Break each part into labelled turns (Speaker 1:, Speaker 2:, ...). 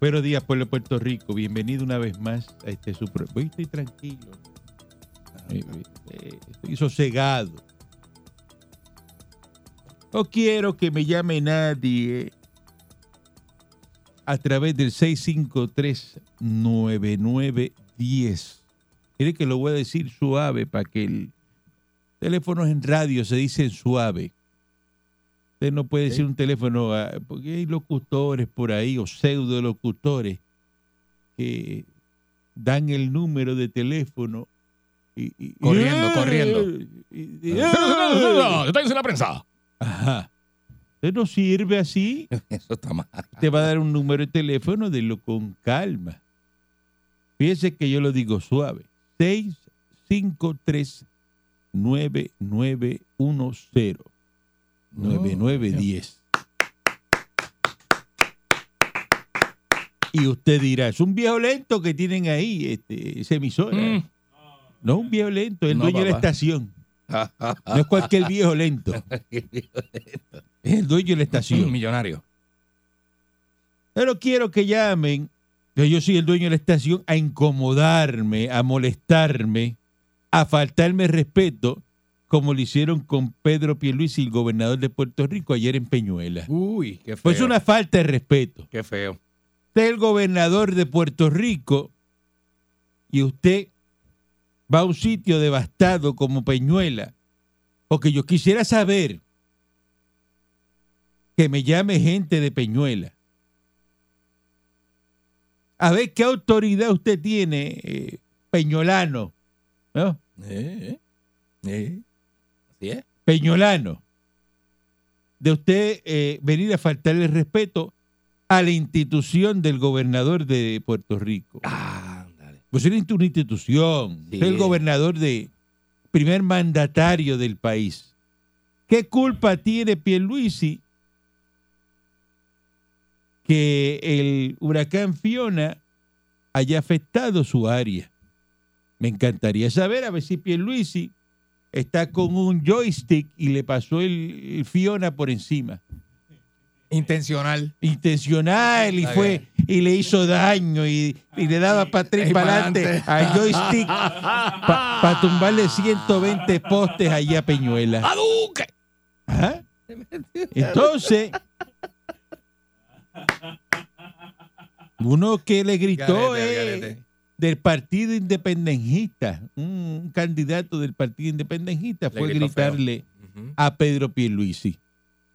Speaker 1: Buenos días, pueblo de Puerto Rico. Bienvenido una vez más a este su pro- Hoy estoy tranquilo. Eh, eh, Estoy sosegado. No quiero que me llame nadie a través del 653-9910. Quiere que lo voy a decir suave para que el teléfono en radio se dice suave. Usted no puede decir un teléfono, ah, porque hay locutores por ahí o pseudo locutores que dan el número de teléfono y, y-
Speaker 2: Corriendo,
Speaker 1: ¡Eh!
Speaker 2: corriendo.
Speaker 1: Y- y- ¡Eh!
Speaker 2: Detalles en la prensa.
Speaker 1: Ajá. Usted no sirve así.
Speaker 2: Eso está mal.
Speaker 1: Te va a dar un número de teléfono, de lo con calma. Fíjese que yo lo digo suave. 653-9910. 9910. Y usted dirá, es un viejo lento que tienen ahí, este, esa emisora. No es un viejo lento, es el
Speaker 2: No,
Speaker 1: dueño de la
Speaker 2: papá.
Speaker 1: estación. No es cualquier viejo lento. Es el dueño de la estación.
Speaker 2: millonario.
Speaker 1: Pero quiero que llamen, que yo soy el dueño de la estación, a incomodarme, a molestarme, a faltarme respeto, como lo hicieron con Pedro Pierluisi, el gobernador de Puerto Rico, ayer en Peñuela.
Speaker 2: Uy, qué feo.
Speaker 1: Fue Pues una falta de respeto.
Speaker 2: Qué feo.
Speaker 1: Usted es el gobernador de Puerto Rico y usted va a un sitio devastado como Peñuela. Porque yo quisiera saber que me llame gente de Peñuela. A ver qué autoridad usted tiene, eh, Peñolano. ¿no?
Speaker 2: Eh, eh. Así es.
Speaker 1: Peñolano, de usted eh, venir a faltarle el respeto a la institución del gobernador de Puerto Rico.
Speaker 2: Ándale.
Speaker 1: Pues él es una institución,
Speaker 2: Sí.
Speaker 1: usted es el gobernador de primer mandatario del país. ¿Qué culpa tiene Pierluisi que el huracán Fiona haya afectado su área? Me encantaría saber a ver si Pierluisi está con un joystick y le pasó el, el Fiona por encima.
Speaker 2: Intencional.
Speaker 1: Intencional y fue y le hizo daño y, y le daba para atrás
Speaker 2: Y
Speaker 1: para
Speaker 2: pa'lante.
Speaker 1: adelante al joystick para tumbarle 120 postes allá a Peñuela.
Speaker 2: ¡Aduque!
Speaker 1: Ajá. Entonces, uno que le gritó
Speaker 2: Garete,
Speaker 1: eh,
Speaker 2: garete.
Speaker 1: del partido independentista, un candidato del partido independentista,
Speaker 2: Le
Speaker 1: fue
Speaker 2: gritó feo.
Speaker 1: gritarle a Pedro Pierluisi.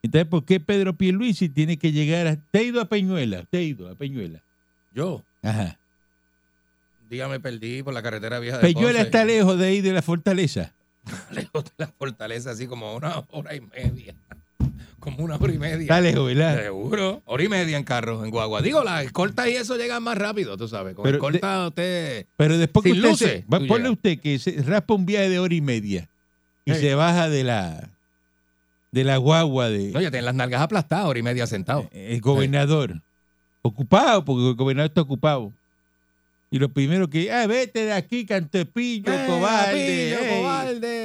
Speaker 1: Entonces, ¿por qué Pedro Pierluisi tiene que llegar a... Te he ido a Peñuela, te he ido a Peñuela.
Speaker 2: Yo,
Speaker 1: Ajá.
Speaker 2: dígame, perdí por la carretera vieja de
Speaker 1: Peñuela
Speaker 2: Ponce.
Speaker 1: está lejos de ahí de la fortaleza.
Speaker 2: lejos de la fortaleza, así como una hora y media. Como una hora y media.
Speaker 1: Está lejos, ¿verdad?
Speaker 2: Seguro. Hora y media en carro, en guagua. Digo, las escoltas y eso llegan más rápido, tú sabes. Con
Speaker 1: Pero
Speaker 2: escolta usted...
Speaker 1: Pero después que
Speaker 2: Sin
Speaker 1: usted
Speaker 2: luces,
Speaker 1: se- va-
Speaker 2: tú
Speaker 1: ponle
Speaker 2: llegas.
Speaker 1: usted que se raspa un viaje de hora y media y
Speaker 2: Hey.
Speaker 1: se baja de la de la guagua de eh,
Speaker 2: No, ya tienen las nalgas aplastadas, hora y media sentado.
Speaker 1: el gobernador. Ocupado, porque el gobernador está ocupado. Y lo primero que, ah, vete de aquí, cantepillo, cobarde.
Speaker 2: pillo,
Speaker 1: ey".
Speaker 2: cobarde.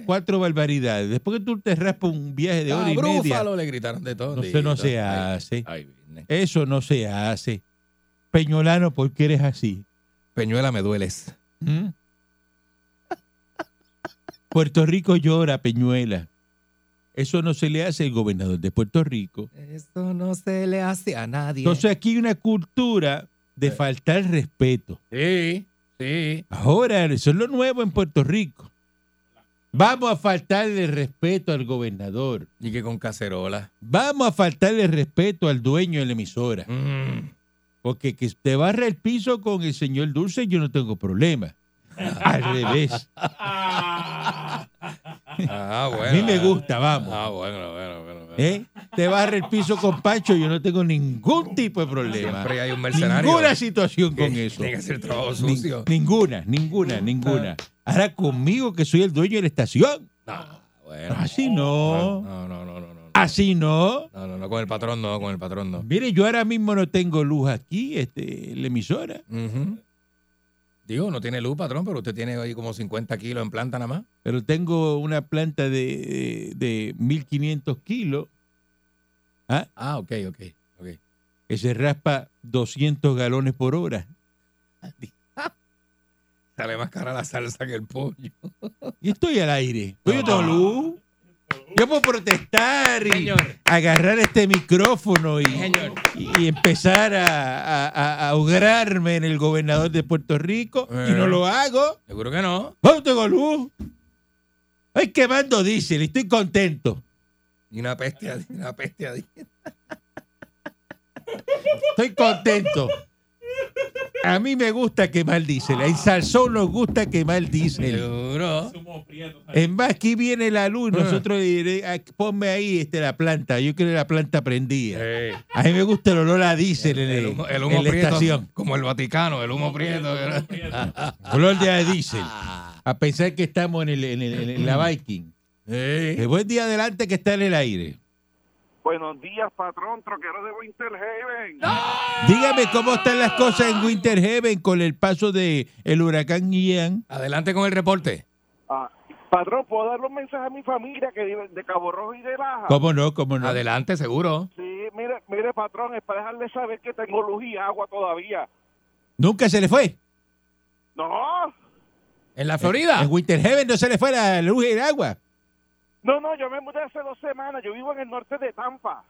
Speaker 1: Y cuatro barbaridades. Después que tú te raspas un viaje
Speaker 3: Ah,
Speaker 1: de hora y
Speaker 2: brúfalo,
Speaker 1: media,
Speaker 2: le gritaron de todo.
Speaker 1: no se, no se
Speaker 2: Ay,
Speaker 1: hace.
Speaker 2: ay, business.
Speaker 1: Eso no se hace. Peñolano, ¿por qué eres así?
Speaker 2: Peñuela, me dueles.
Speaker 1: ¿Mm? Puerto Rico llora, Peñuela. Eso no se le hace al gobernador de Puerto Rico.
Speaker 2: Esto no se le hace a nadie.
Speaker 1: Entonces aquí hay una cultura de faltar respeto.
Speaker 2: sí, sí.
Speaker 1: Ahora, eso es lo nuevo en Puerto Rico. Vamos a faltarle respeto al gobernador.
Speaker 2: Y que con cacerola.
Speaker 1: Vamos a faltarle respeto al dueño de la emisora.
Speaker 2: Mm.
Speaker 1: Porque que te barra el piso con el señor Dulce, yo no tengo problema. Al revés.
Speaker 2: Ah, bueno.
Speaker 1: A mí me gusta, vamos.
Speaker 3: eh. Ah,
Speaker 2: Ah, bueno, bueno, bueno.
Speaker 1: ¿Eh? Te barre el piso con Pancho, yo no tengo ningún tipo de problema.
Speaker 3: Siempre hay un mercenario.
Speaker 1: Ninguna situación
Speaker 3: que
Speaker 1: con eso.
Speaker 3: Tiene que hacer trabajo
Speaker 1: Ni-
Speaker 3: sucio. Ah.
Speaker 1: ninguna, ninguna, ninguna. Ahora conmigo que soy el dueño de la estación.
Speaker 3: No, bueno.
Speaker 1: Así Ah, no.
Speaker 3: No, no, no, no, no. no.
Speaker 1: Así no.
Speaker 3: No, no, no, con el patrón no, con el patrón no.
Speaker 1: Mire, yo ahora mismo no tengo luz aquí, este, en la emisora,
Speaker 3: Ujú. Digo, no tiene luz, patrón, pero usted tiene ahí como 50 kilos en planta nada más.
Speaker 1: pero tengo una planta de, de 1500 kilos
Speaker 3: Ah, ok, ok. okay.
Speaker 1: que se raspa 200 galones por hora.
Speaker 3: Sale más cara la salsa que el pollo.
Speaker 1: Y estoy al aire. Pues yo tengo luz. Yo puedo protestar y agarrar este micrófono y,
Speaker 3: Señor.
Speaker 1: y empezar a, a- a- a ahogarme en el gobernador de Puerto Rico y no lo hago.
Speaker 3: Seguro que no.
Speaker 1: ¡No tengo luz! ¡Ay, quemando diésel! Estoy contento.
Speaker 3: Y una peste, adi- una peste. adi-
Speaker 1: Estoy contento. A mí me gusta quemar diésel. En Salsón nos gusta quemar diésel.
Speaker 3: Seguro.
Speaker 1: Es más, aquí viene la luz. Nosotros le diré, "Ah, ponme ahí este, la planta. Yo quiero la planta prendida.
Speaker 3: Eh,
Speaker 1: A mí me gusta el olor a diésel en,
Speaker 3: el
Speaker 1: el-
Speaker 3: humo, el humo
Speaker 1: en la
Speaker 3: prieto,
Speaker 1: estación.
Speaker 3: como el Vaticano, el humo prieto. ¿verdad?
Speaker 1: Olor de a diésel. A pensar que estamos en, el- en el- en la Viking.
Speaker 3: Eh,
Speaker 1: El buen día adelante que está en el aire.
Speaker 4: Buenos días, patrón, troquero de Winter Haven.
Speaker 1: Dígame cómo están las cosas en Winter Heaven con el paso de el huracán Ian.
Speaker 3: Adelante con el reporte.
Speaker 4: Ah, patrón, ¿puedo darle un mensaje a mi familia que vive de Cabo Rojo y de Laja?
Speaker 1: ¿Cómo no? ¿Cómo no?
Speaker 3: Adelante, seguro.
Speaker 4: Sí, mire, mire, patrón, es para dejarle saber que tengo luz y agua todavía.
Speaker 1: Nunca se le fue.
Speaker 4: No,
Speaker 3: En la Florida.
Speaker 1: En Winter Heaven no se le fue la luz y el agua.
Speaker 4: no, no, yo me mudé hace dos semanas, yo vivo en el norte de Tampa.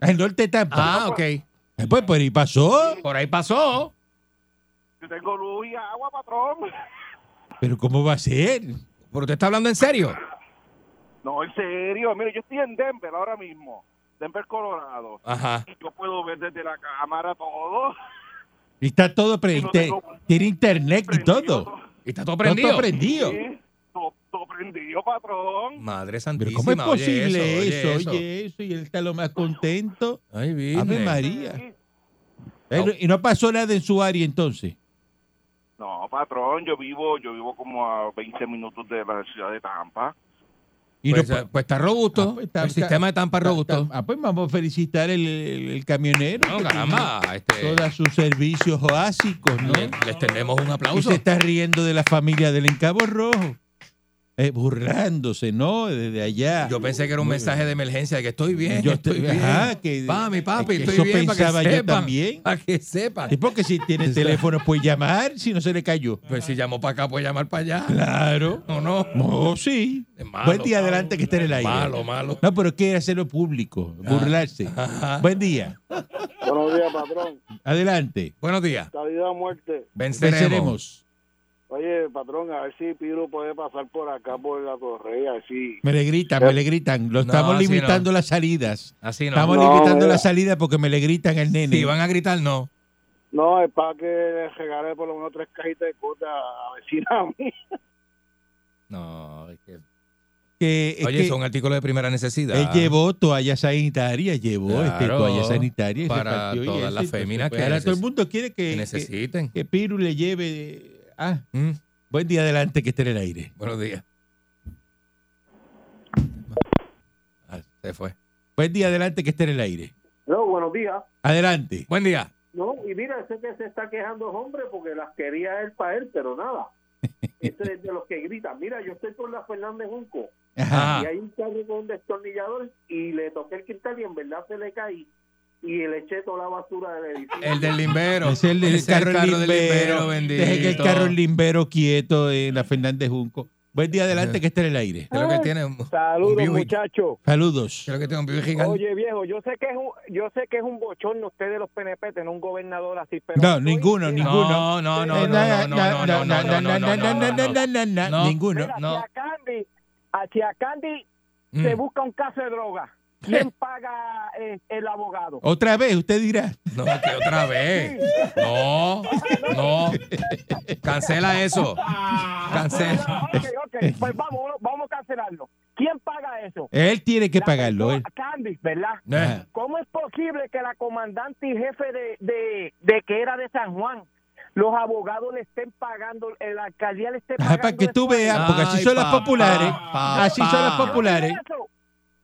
Speaker 1: Al norte de Tampa.
Speaker 3: Ah, ok.
Speaker 1: Eh, Pues, pero ¿y pasó?
Speaker 3: Por ahí pasó.
Speaker 4: Yo tengo luz y agua, patrón.
Speaker 1: ¿Pero cómo va a ser?
Speaker 3: ¿Pero usted está hablando en serio?
Speaker 4: No, en serio, mire, yo estoy en Denver ahora mismo, Denver, Colorado.
Speaker 1: Ah.
Speaker 3: Ajá.
Speaker 4: Y Yo puedo ver desde la cámara todo.
Speaker 1: Y está todo pre
Speaker 4: Sí, no
Speaker 1: inter-
Speaker 4: tengo-
Speaker 1: tiene internet y
Speaker 4: Prendido,
Speaker 1: todo.
Speaker 3: ¿Y está todo
Speaker 1: Está
Speaker 3: prendido?
Speaker 1: Todo prendido.
Speaker 4: Sí, todo, todo prendido, patrón.
Speaker 3: Madre
Speaker 1: Pero
Speaker 3: santísima.
Speaker 1: ¿cómo es
Speaker 3: oye
Speaker 1: posible
Speaker 3: oye
Speaker 1: eso? Oye eso, y él está lo más contento.
Speaker 3: Ay,
Speaker 1: Ave
Speaker 3: Virgen.
Speaker 1: María.
Speaker 4: Sí.
Speaker 1: Eh, no- Y no pasó nada en su área entonces.
Speaker 4: No, patrón, yo vivo, yo vivo como a 20 minutos de la ciudad de Tampa.
Speaker 1: Y
Speaker 3: pues,
Speaker 1: no pa-
Speaker 3: eh, pues está robusto.
Speaker 1: Ah, pues está-
Speaker 3: el
Speaker 1: está-
Speaker 3: sistema de Tampa es robusto.
Speaker 1: Ah, pues vamos a felicitar el, el- el camionero.
Speaker 3: No,
Speaker 1: que
Speaker 3: caramba. Este,
Speaker 1: tiene Todos sus servicios básicos, ¿no?
Speaker 3: le, le extendemos un
Speaker 1: Y
Speaker 3: aplauso.
Speaker 1: se está riendo de la familia del Encabo Rojo. Eh, burlándose, ¿no? Desde allá.
Speaker 3: Yo pensé que era un
Speaker 1: Muy
Speaker 3: mensaje de emergencia, de que estoy bien.
Speaker 1: Yo
Speaker 3: estoy
Speaker 1: estoy-
Speaker 3: bien.
Speaker 1: ajá, que-
Speaker 3: Mami, papi,
Speaker 1: es que
Speaker 3: estoy
Speaker 1: eso
Speaker 3: bien. Para
Speaker 1: pensaba
Speaker 3: que
Speaker 1: yo
Speaker 3: sepan.
Speaker 1: también.
Speaker 3: Para que sepan.
Speaker 1: Y porque si tiene teléfono puede llamar, si no se le cayó.
Speaker 3: Pues si llamó para acá, puede llamar para allá.
Speaker 1: Claro.
Speaker 3: No, no.
Speaker 1: No, sí.
Speaker 3: Es malo.
Speaker 1: Buen día adelante que esté en el aire.
Speaker 3: Malo, malo. Ah.
Speaker 1: No, pero quiere hacerlo público, burlarse.
Speaker 3: Ajá.
Speaker 1: Buen día.
Speaker 5: Buenos días, patrón.
Speaker 1: Adelante.
Speaker 3: Buenos días.
Speaker 5: Calidad o muerte.
Speaker 3: Venceremos.
Speaker 1: Venceremos.
Speaker 5: Oye, patrón, a ver si Piro puede pasar por acá, por la torre, así.
Speaker 1: Me le gritan, me le gritan. Lo
Speaker 3: No,
Speaker 1: estamos
Speaker 3: así
Speaker 1: limitando
Speaker 3: no.
Speaker 1: las salidas.
Speaker 3: Así no.
Speaker 1: Estamos
Speaker 5: No,
Speaker 1: limitando
Speaker 5: mira.
Speaker 1: las salidas porque me le gritan al nene.
Speaker 3: Si van a gritar, no.
Speaker 5: No, es para que le regale por lo menos tres cajitas de cota a la vecina mía.
Speaker 3: No. es que-
Speaker 1: Que, es
Speaker 3: Oye,
Speaker 1: que
Speaker 3: son artículos de primera necesidad.
Speaker 1: él llevó toalla sanitaria, llevó este,
Speaker 3: Claro,
Speaker 1: toalla sanitaria. y
Speaker 3: para
Speaker 1: repartió y
Speaker 3: todas
Speaker 1: eso,
Speaker 3: las
Speaker 1: entonces,
Speaker 3: féminas
Speaker 1: pues,
Speaker 3: que
Speaker 1: Ahora todo el
Speaker 3: neces-
Speaker 1: mundo quiere
Speaker 3: que
Speaker 1: que, que,
Speaker 3: necesiten.
Speaker 1: que Piru le lleve... Ah,
Speaker 3: Mm,
Speaker 1: buen día adelante que esté en el aire.
Speaker 3: buenos días. Ah, se fue.
Speaker 1: Buen día adelante que esté en el aire.
Speaker 5: No, buenos días.
Speaker 1: Adelante.
Speaker 3: Buen día.
Speaker 5: No, y mira, ese que se está quejando es hombre porque las quería él para él, pero nada. Ese es de los que gritan. Mira, yo estoy por la Fernández Junco
Speaker 1: Ajá.
Speaker 3: Ah,
Speaker 5: y hay un carro con un destornillador y le toqué el cristal y en verdad se le caí y le eché toda la basura del edificio.
Speaker 3: El del limbero.
Speaker 1: Es el, del
Speaker 3: Ese
Speaker 1: carro, limbero.
Speaker 3: bendito.
Speaker 1: Deje que el carro limbero quieto en la Fernández Junco. Buen día adelante que esté en el aire.
Speaker 3: Creo que tiene un, un
Speaker 5: Saludos,
Speaker 3: Buick.
Speaker 5: muchachos.
Speaker 1: Saludos.
Speaker 3: Creo que tiene un Buick gigante.
Speaker 5: Oye, viejo, yo sé que es un, yo sé que es un bochorno usted de los PNP tener un gobernador así, pero
Speaker 1: No,
Speaker 5: estoy-
Speaker 1: ninguno,
Speaker 5: mira,
Speaker 1: ninguno.
Speaker 3: No, no, no, no,
Speaker 1: Eh,
Speaker 3: no, no,
Speaker 1: na-
Speaker 3: no, no, no,
Speaker 1: na-
Speaker 3: no,
Speaker 1: na- na- na- na-
Speaker 3: no,
Speaker 1: na-
Speaker 3: no, no,
Speaker 1: na- na- na-
Speaker 3: No.
Speaker 1: Ninguno.
Speaker 5: Mira,
Speaker 3: no.
Speaker 5: hacia Candy, hacia Candy
Speaker 3: Mm.
Speaker 5: se busca un caso de droga. ¿Quién paga eh, el abogado?
Speaker 1: Otra vez, usted dirá.
Speaker 3: No, que otra vez. No, no. Cancela eso. Cancela.
Speaker 5: Ok, ok, pues vamos, vamos a cancelarlo.
Speaker 6: ¿Quién paga eso?
Speaker 1: Él tiene que
Speaker 6: La
Speaker 1: pagarlo. eh. Él.
Speaker 6: persona- Candy, ¿verdad?
Speaker 1: Ajá.
Speaker 6: ¿Cómo es posible que la comandante y jefe de, de, de que era de San Juan, los abogados le estén pagando, eh, la alcaldía le esté
Speaker 1: Ajá,
Speaker 6: pagando?
Speaker 1: Ah, para que tú
Speaker 6: eso a
Speaker 1: veas, porque así son
Speaker 3: Ay,
Speaker 1: las
Speaker 3: papá,
Speaker 1: populares.
Speaker 3: papá.
Speaker 1: Así son las
Speaker 6: Yo vi
Speaker 1: populares.
Speaker 6: eso.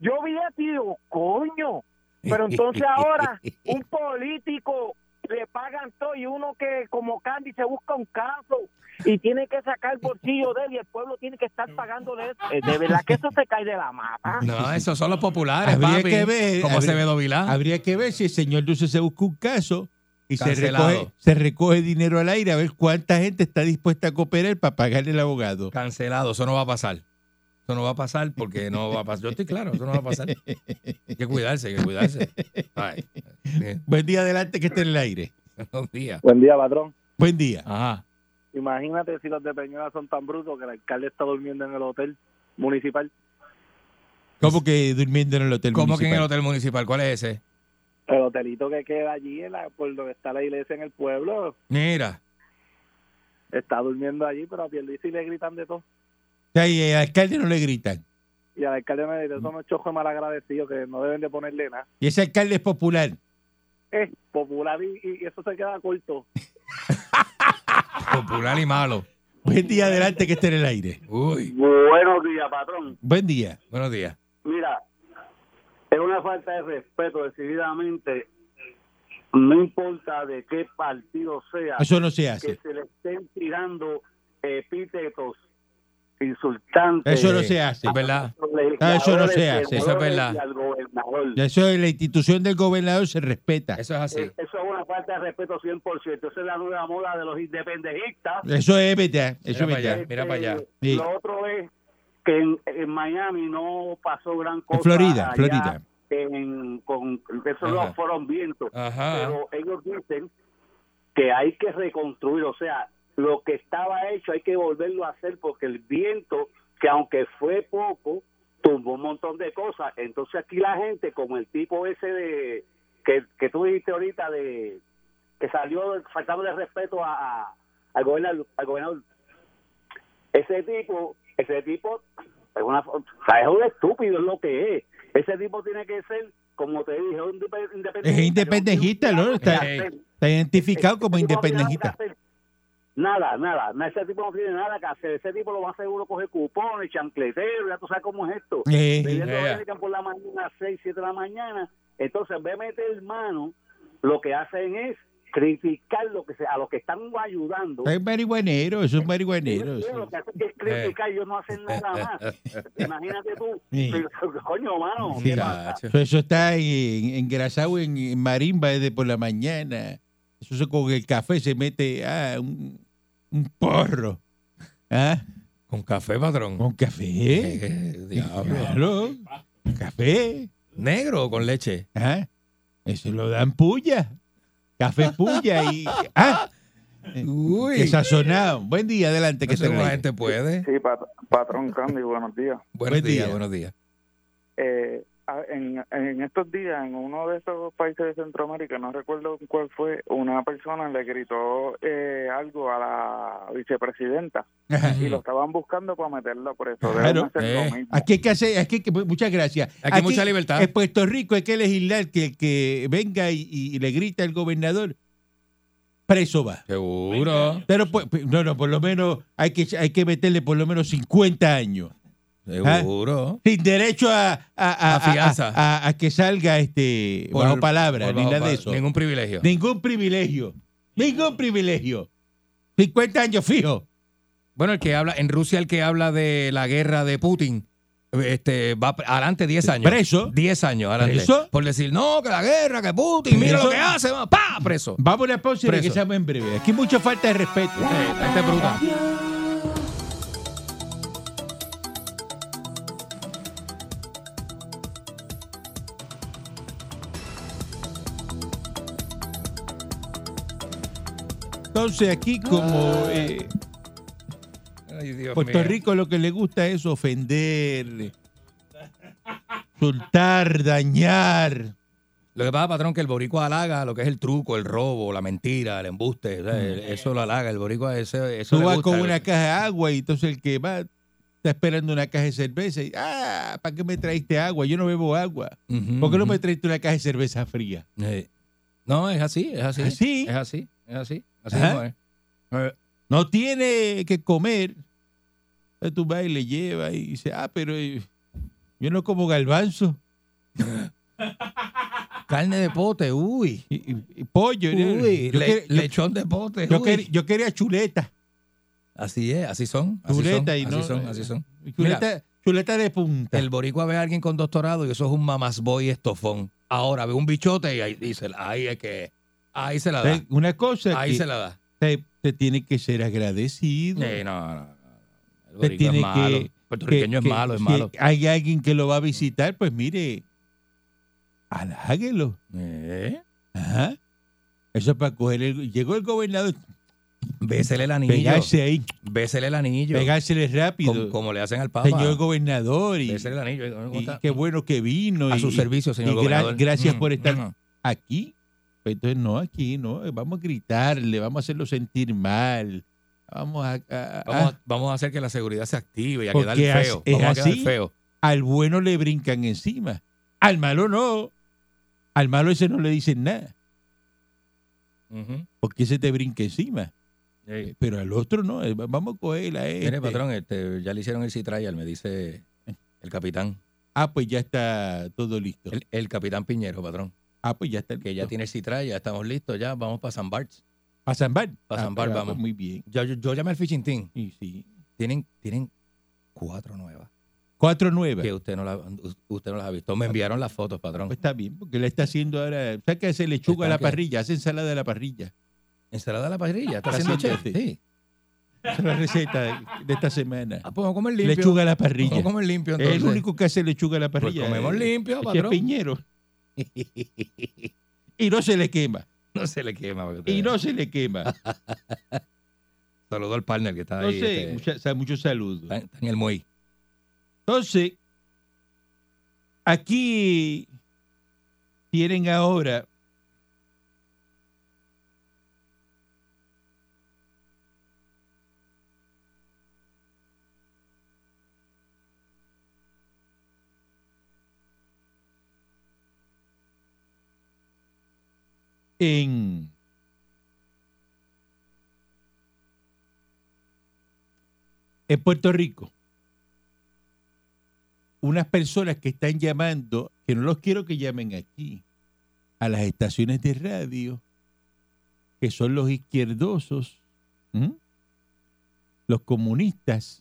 Speaker 6: Yo vi a tío, coño. Pero entonces ahora un político le pagan todo y uno que como Candy se busca un caso y tiene que sacar el bolsillo de él y el pueblo tiene que estar pagándole eso. Eh, De verdad que eso se cae de la mata.
Speaker 3: No, esos son los populares,
Speaker 1: Habría
Speaker 3: papi.
Speaker 1: que ver,
Speaker 3: Como
Speaker 1: habría-
Speaker 3: Acevedo Vilá.
Speaker 1: Habría que ver si el señor Dulce se busca un caso y se
Speaker 3: Cancelado.
Speaker 1: recoge, se recoge dinero al aire a ver cuánta gente está dispuesta a cooperar para pagarle al abogado.
Speaker 3: Cancelado, eso no va a pasar. Eso no va a pasar porque no va a pasar. Yo estoy claro, eso no va a pasar. Hay que cuidarse, hay que cuidarse. Ay, bien,
Speaker 1: Buen día, adelante, que esté en el aire.
Speaker 3: buenos días.
Speaker 5: Buen día, patrón.
Speaker 1: Buen día.
Speaker 3: Ajá.
Speaker 5: Imagínate si los de Peñuela son tan brutos que el alcalde está durmiendo en el hotel municipal.
Speaker 1: ¿Cómo que durmiendo en el hotel
Speaker 3: ¿Cómo que en el
Speaker 1: municipal?
Speaker 3: hotel municipal? ¿Cuál es ese?
Speaker 5: El hotelito que queda allí, en la- por donde está la iglesia en el pueblo,
Speaker 3: Mira,
Speaker 5: está durmiendo allí, pero a Pierluisi le gritan de todo.
Speaker 1: O sea, y al eh, alcalde no le gritan.
Speaker 5: Y al alcalde me dice, son unos chojos malagradecidos que no deben de ponerle nada.
Speaker 1: Y ese alcalde es popular.
Speaker 5: Es popular y, y eso se queda corto.
Speaker 3: popular y malo.
Speaker 1: Buen día, adelante, que esté en el aire.
Speaker 3: Uy,
Speaker 5: Buenos días, patrón.
Speaker 1: Buen día.
Speaker 3: buenos días.
Speaker 5: Mira, es una falta de respeto, decididamente, no importa de qué partido sea,
Speaker 1: Eso no se
Speaker 5: que
Speaker 1: hace.
Speaker 5: se le estén tirando epítetos insultantes.
Speaker 1: Eso no se hace.
Speaker 3: Es verdad.
Speaker 1: Ah, eso no se hace.
Speaker 3: Eso es verdad.
Speaker 1: Eso de la institución del gobernador se respeta.
Speaker 3: Eso es así.
Speaker 5: Eso es una falta de respeto 100%. Esa es la nueva moda de los independentistas.
Speaker 1: Eso es verdad. Eso
Speaker 3: Mira
Speaker 1: es verdad.
Speaker 3: para allá, mira para allá.
Speaker 1: Sí.
Speaker 5: Este, Lo otro es que en, en Miami no pasó gran cosa.
Speaker 1: En Florida,
Speaker 5: allá
Speaker 1: Florida.
Speaker 5: En, con, eso
Speaker 3: Ajá.
Speaker 5: no fueron vientos.
Speaker 3: Ajá.
Speaker 5: Pero ellos dicen que hay que reconstruir, o sea, lo que estaba hecho hay que volverlo a hacer porque el viento, que aunque fue poco, tumbó un montón de cosas. Entonces aquí la gente, como el tipo ese de que, que tú dijiste ahorita, de que salió faltándole respeto a, a- al, gobernador, al gobernador, ese tipo, ese tipo es, una, o sea, es un estúpido, es lo que es. Ese tipo tiene que ser, como te dije, un indepe- independentista.
Speaker 1: Es independentista, ¿no? Está,
Speaker 3: Ey.
Speaker 1: está identificado
Speaker 5: Ese
Speaker 1: como
Speaker 5: tipo no tiene nada que
Speaker 1: independentista.
Speaker 5: hacer. Nada, nada, na- ese tipo no tiene nada que hacer. Ese tipo lo más seguro coge cupones, chancletero, ya tú sabes cómo es esto.
Speaker 1: Eh,
Speaker 5: Bebiendo
Speaker 3: yeah.
Speaker 5: American por la mañana, 6, 7 de la mañana. Entonces, en vez de meter mano, lo que hacen es criticar lo que se- a los que están ayudando.
Speaker 1: está en marihuanero, eso es marihuanero.
Speaker 5: Ellos
Speaker 1: eso.
Speaker 5: Lo que hacen es criticar, ellos no hacen nada más. Imagínate tú,
Speaker 1: Sí.
Speaker 5: pero, coño, mano, ¿qué pasa?
Speaker 3: Muchacho.
Speaker 1: Eso, eso está en- engrasado en, en marimba desde por la mañana. Eso se- con el café se mete ah, un, un porro. ¿Ah?
Speaker 3: Con café, patrón.
Speaker 1: Con café.
Speaker 3: Eh, diablo.
Speaker 1: Claro. Café.
Speaker 3: ¿Negro o con leche?
Speaker 1: ¿Ah? Eso lo dan puya. Café puya y. ¡Ah!
Speaker 3: Uy.
Speaker 1: Que sazonado. Buen día, adelante. Que
Speaker 3: No sé
Speaker 1: se
Speaker 3: cómo la gente puede.
Speaker 4: Sí, pat- patrón Candy, buenos días.
Speaker 3: Buenos
Speaker 1: Buen
Speaker 3: días,
Speaker 1: día.
Speaker 3: buenos días.
Speaker 4: Eh, a- en, en estos días, en uno de esos países de Centroamérica, no recuerdo cuál fue, una persona le gritó eh, algo a la vicepresidenta y lo estaban buscando para meterlo preso. Deben
Speaker 1: Claro.
Speaker 4: hacer lo
Speaker 3: Eh,
Speaker 4: mismo.
Speaker 1: Aquí hay que hacer, aquí hay que- muchas gracias.
Speaker 3: Aquí hay mucha libertad.
Speaker 1: En Puerto Rico hay que legislar que el que venga y, y le grita al gobernador, preso va.
Speaker 3: Seguro.
Speaker 1: Pero, pues, no, no, por lo menos hay que, hay que meterle por lo menos 50 años.
Speaker 3: Seguro.
Speaker 1: Sin derecho a, a, a-
Speaker 3: A fianza.
Speaker 1: a- a- a que salga este
Speaker 3: Por-
Speaker 1: bajo palabra,
Speaker 3: por
Speaker 1: ni
Speaker 3: bajo
Speaker 1: nada
Speaker 3: pa-
Speaker 1: de eso.
Speaker 3: Ningún privilegio.
Speaker 1: Ningún privilegio. Ningún privilegio. 50 años fijo.
Speaker 3: Bueno, el que habla, en Rusia el que habla de la guerra de Putin, este, va pr- adelante 10 años.
Speaker 1: Preso.
Speaker 3: 10 años adelante.
Speaker 1: Preso.
Speaker 3: Por decir, no, que la guerra, que Putin, mira lo
Speaker 1: Preso.
Speaker 3: que hace, va, pa, preso.
Speaker 1: Vamos a la pausa y
Speaker 3: Preso.
Speaker 1: regresamos en breve. Aquí mucha falta de respeto.
Speaker 3: Eh, la gente es bruta.
Speaker 1: Entonces aquí como eh,
Speaker 3: Ay, Dios
Speaker 1: Puerto
Speaker 3: mío.
Speaker 1: Rico lo que le gusta es ofender, insultar, dañar.
Speaker 3: Lo que pasa, patrón, que el boricua halaga lo que es el truco, el robo, la mentira, el embuste. o sea, el- eso lo halaga. El boricua, ese, eso
Speaker 1: Mm. Tú
Speaker 3: le
Speaker 1: vas
Speaker 3: gusta.
Speaker 1: con una caja de agua y entonces el que va está esperando una caja de cerveza y, ah, ¿para qué me traíste agua? Yo no bebo agua. ¿Por qué no me traíste una caja de cerveza fría?
Speaker 3: Eh, No, es así, es así.
Speaker 1: Así.
Speaker 3: Es así, es así. Así
Speaker 1: Ajá.
Speaker 3: mismo es. Eh,
Speaker 1: No tiene que comer. Entonces tú vas y le llevas y dice, ah, pero eh, yo no como galbanzo.
Speaker 3: Carne de pote, uy.
Speaker 1: Y, y- y pollo.
Speaker 3: Uy,
Speaker 1: yo,
Speaker 3: le-
Speaker 1: quer- yo-
Speaker 3: lechón de pote.
Speaker 1: yo
Speaker 3: uy.
Speaker 1: quer- yo quería chuleta.
Speaker 3: Así es, así son. Así
Speaker 1: Chuleta
Speaker 3: son,
Speaker 1: y
Speaker 3: así
Speaker 1: no-
Speaker 3: son, así son. Mira,
Speaker 1: Chuleta, chuleta de punta.
Speaker 3: el boricua ve a alguien con doctorado y eso es un mamasboy estofón. Ahora ve un bichote y ahí dice, ahí es que, ahí se la da.
Speaker 1: Eh, Una cosa
Speaker 3: Ahí
Speaker 1: que
Speaker 3: se la da.
Speaker 1: te, te tiene que ser agradecido.
Speaker 3: Eh, no, no, no. El
Speaker 1: Usted
Speaker 3: boricua
Speaker 1: tiene
Speaker 3: es malo.
Speaker 1: que-
Speaker 3: puertorriqueño
Speaker 1: que-
Speaker 3: es malo, es
Speaker 1: que
Speaker 3: malo.
Speaker 1: si hay alguien que lo va a visitar, pues mire, aláguelo.
Speaker 3: Eh,
Speaker 1: Ajá. Eso es para coger el... Llegó el gobernador,
Speaker 3: Bésele el anillo.
Speaker 1: pegarse ahí,
Speaker 3: Bésele el anillo.
Speaker 1: pegársele rápido.
Speaker 3: Como, como le hacen al Papa.
Speaker 1: señor gobernador, y,
Speaker 3: Bésele el anillo. ¿Dónde
Speaker 1: y
Speaker 3: está?
Speaker 1: qué bueno que vino.
Speaker 3: a
Speaker 1: y-
Speaker 3: su servicio, señor
Speaker 1: y gra-
Speaker 3: gobernador.
Speaker 1: gracias por
Speaker 3: Mm,
Speaker 1: estar-
Speaker 3: no, no.
Speaker 1: aquí. Pues entonces, no, aquí, no. eh, Vamos a gritarle, vamos a hacerlo sentir mal. Vamos a. a- a-
Speaker 3: Vamos, a, vamos a hacer que la seguridad se active y a
Speaker 1: Porque
Speaker 3: quedar
Speaker 1: as-
Speaker 3: feo.
Speaker 1: es
Speaker 3: Vamos a quedar
Speaker 1: así.
Speaker 3: feo.
Speaker 1: al bueno le brincan encima. Al malo no. Al malo ese no le dicen nada,
Speaker 3: Ujú.
Speaker 1: porque ese te brinca encima. Eh, Pero al otro no. eh, Vamos a coger a este.
Speaker 3: Mire, patrón, este, ya le hicieron el C-Trial, me dice el capitán.
Speaker 1: Ah, pues ya está todo listo.
Speaker 3: El, el capitán Piñero, patrón.
Speaker 1: Ah, pues ya está.
Speaker 3: Que ya
Speaker 1: listo.
Speaker 3: tiene el C-Trial, ya estamos listos, ya vamos para San Bart's.
Speaker 1: Pa' San Bar.
Speaker 3: Pa'
Speaker 1: Ah,
Speaker 3: San Bar,
Speaker 1: pues, ah,
Speaker 3: vamos.
Speaker 1: pues, Muy bien.
Speaker 3: Yo, yo, yo llamé al Fishing Team.
Speaker 1: Y sí.
Speaker 3: Tienen, tienen cuatro nuevas.
Speaker 1: Cuatro nuevas.
Speaker 3: Que usted no, la, usted no las ha visto. Me enviaron las fotos, patrón.
Speaker 1: Pues está bien, porque le está haciendo ahora. Saca ese lechuga a la
Speaker 3: Están que-
Speaker 1: parrilla, hace ensalada de la parrilla.
Speaker 3: Ensalada de la parrilla, está
Speaker 1: Así
Speaker 3: haciendo
Speaker 1: es,
Speaker 3: chef.
Speaker 1: sí.
Speaker 3: Sí.
Speaker 1: Esa es la receta de, de esta semana.
Speaker 3: Ah, pues vamos a comer limpio.
Speaker 1: Lechuga a la
Speaker 3: Vamos
Speaker 1: parrilla.
Speaker 3: a comer limpio,
Speaker 1: Es
Speaker 3: entonces.
Speaker 1: el único que hace lechuga a la
Speaker 3: Pues
Speaker 1: parrilla.
Speaker 3: comemos
Speaker 1: eh,
Speaker 3: limpio,
Speaker 1: es que es
Speaker 3: patrón.
Speaker 1: piñero. Y no se le quema.
Speaker 3: No se le quema. para que usted
Speaker 1: Y
Speaker 3: vea.
Speaker 1: no se le quema.
Speaker 3: Saludó al partner que está ahí.
Speaker 1: Entonces,
Speaker 3: este,
Speaker 1: mucha- o sea, muchos saludos.
Speaker 3: está, en- está en el muelle.
Speaker 1: Entonces, aquí tienen ahora en en Puerto Rico unas personas que están llamando, que no los quiero que llamen aquí, a las estaciones de radio, que son los izquierdosos, ¿m? los comunistas,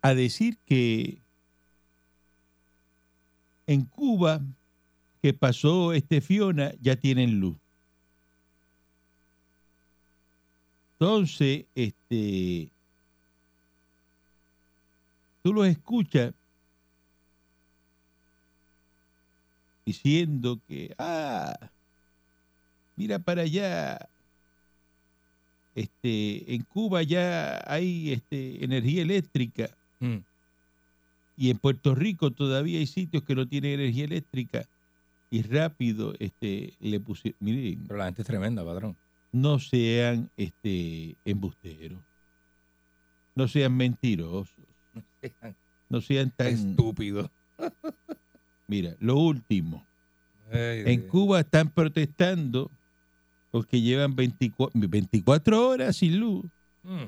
Speaker 1: a decir que en Cuba, que pasó este Fiona, ya tienen luz. Entonces, este tú los escuchas diciendo que, ah, mira para allá, este, en Cuba ya hay este, energía eléctrica
Speaker 3: Mm.
Speaker 1: y en Puerto Rico todavía hay sitios que no tienen energía eléctrica y rápido este, le pusieron, miren,
Speaker 3: Pero la gente es tremenda, patrón.
Speaker 1: no sean este, embusteros, no sean mentirosos, no sean tan...
Speaker 3: Estúpido.
Speaker 1: Mira, lo último.
Speaker 3: Ay,
Speaker 1: En
Speaker 3: Dios.
Speaker 1: Cuba están protestando porque llevan 24, 24 horas sin luz.
Speaker 3: Mm.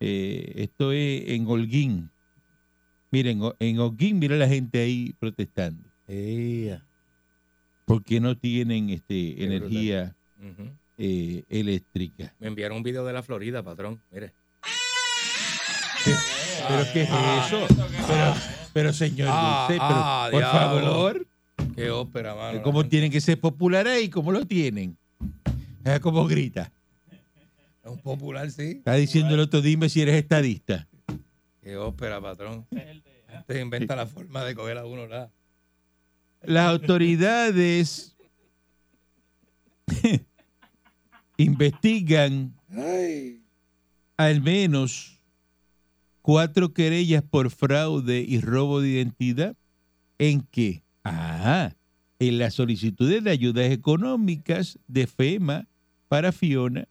Speaker 1: Eh, esto es en Holguín. Miren, o- en Holguín, mira la gente ahí protestando. Porque no tienen este,
Speaker 3: Qué
Speaker 1: energía
Speaker 3: Ujú.
Speaker 1: eh, eléctrica.
Speaker 3: Me enviaron un video de la Florida, patrón. Mire.
Speaker 1: ¿Pero qué es Ah, eso? Pero, pero, señor
Speaker 3: Ah,
Speaker 1: Dulce, pero,
Speaker 3: ah,
Speaker 1: por
Speaker 3: diablo.
Speaker 1: favor.
Speaker 3: Qué ópera, mano.
Speaker 1: ¿Cómo
Speaker 3: La gente-
Speaker 1: tienen que ser popular ahí? ¿Cómo lo tienen? Ah, ¿Cómo grita?
Speaker 3: Es un popular, sí.
Speaker 1: Está diciendo el otro, dime si eres estadista.
Speaker 3: Qué ópera, patrón. Te inventa la forma de coger a uno, ¿verdad?
Speaker 1: las autoridades investigan al menos cuatro querellas por fraude y robo de identidad en que, ah, en las solicitudes de ayudas económicas de FEMA para Fiona.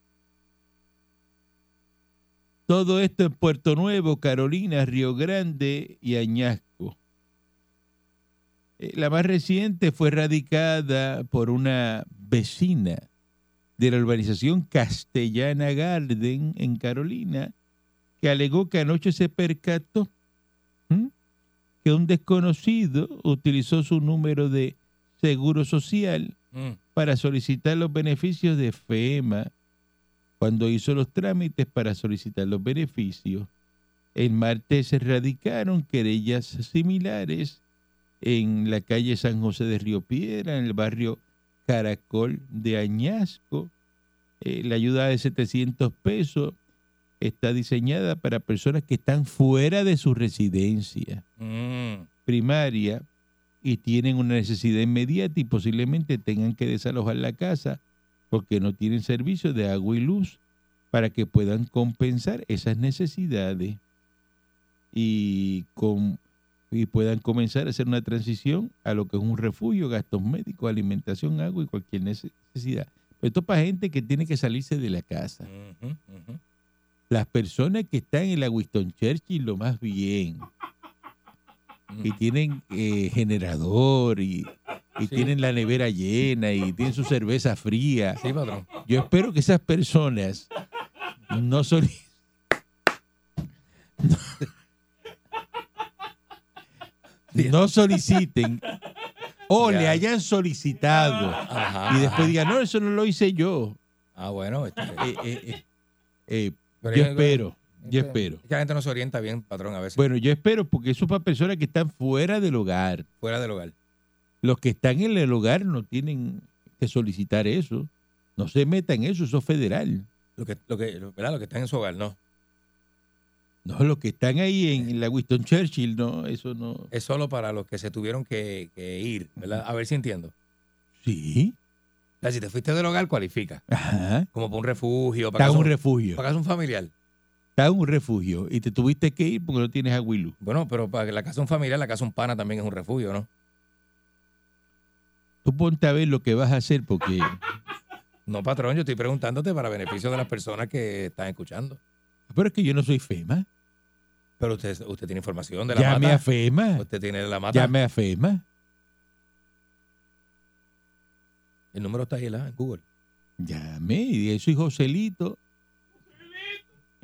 Speaker 1: Todo esto en Puerto Nuevo, Carolina, Río Grande y Añasco. Eh, La más reciente fue radicada por una vecina de la urbanización Castellana Garden en Carolina, que alegó que anoche se percató ¿m? que un desconocido utilizó su número de seguro social
Speaker 3: Mm.
Speaker 1: para solicitar los beneficios de FEMA cuando hizo los trámites para solicitar los beneficios. El martes se radicaron querellas similares en la calle San José de Río Piedra, en el barrio Caracol de Añasco. Eh, la ayuda de 700 pesos está diseñada para personas que están fuera de su residencia
Speaker 3: Mm.
Speaker 1: primaria y tienen una necesidad inmediata y posiblemente tengan que desalojar la casa porque no tienen servicio de agua y luz para que puedan compensar esas necesidades y, con- y puedan comenzar a hacer una transición a lo que es un refugio, gastos médicos, alimentación, agua y cualquier necesidad. Pero esto es para gente que tiene que salirse de la casa.
Speaker 3: Ujú, ujú.
Speaker 1: Las personas que están en la Winston Churchill lo más bien y
Speaker 3: Mm.
Speaker 1: tienen eh, generador y, y tienen la nevera llena y tienen su cerveza fría.
Speaker 3: Sí, patrón.
Speaker 1: Yo espero que esas personas no son... No, soliciten o le
Speaker 3: Ya. Ah.
Speaker 1: hayan solicitado
Speaker 3: Ajá.
Speaker 1: y después digan, no, eso no lo hice yo.
Speaker 3: Ah, bueno. este,
Speaker 1: Eh, eh, eh, eh,
Speaker 3: pero
Speaker 1: yo
Speaker 3: yo-
Speaker 1: espero, yo
Speaker 3: este,
Speaker 1: espero.
Speaker 3: Es que la gente no se orienta bien, patrón, a veces.
Speaker 1: Bueno, yo espero porque eso es para personas que están fuera del hogar.
Speaker 3: fuera del hogar.
Speaker 1: los que están en el hogar no tienen que solicitar eso. No se metan en eso, eso es federal.
Speaker 3: Lo que, lo que, lo- ¿Verdad? Lo que están en su hogar, no.
Speaker 1: No, los que están ahí en, en la Winston Churchill, no, eso no.
Speaker 3: Es solo para los que se tuvieron que, que ir, ¿verdad? A ver si entiendo.
Speaker 1: Sí,
Speaker 3: O sea, si te fuiste del hogar, cualifica.
Speaker 1: ajá.
Speaker 3: Como para un refugio,
Speaker 1: Está
Speaker 3: para
Speaker 1: en
Speaker 3: casa,
Speaker 1: un
Speaker 3: un,
Speaker 1: refugio,
Speaker 3: para casa un familiar.
Speaker 1: está en un refugio y te tuviste que ir porque no tienes a Willu.
Speaker 3: Bueno, pero para la casa de un familiar, la casa de un pana también es un refugio, ¿no?
Speaker 1: Tú ponte a ver lo que vas a hacer porque
Speaker 3: No, patrón, yo estoy preguntándote para beneficio de las personas que están escuchando.
Speaker 1: pero es que yo no soy FEMA.
Speaker 3: Pero usted, usted tiene información de la
Speaker 1: Llame a
Speaker 3: mata.
Speaker 1: FEMA.
Speaker 3: Usted tiene la mata.
Speaker 1: Llame a FEMA.
Speaker 3: El número está ahí ¿la? en Google.
Speaker 1: Llame y de soy Joselito.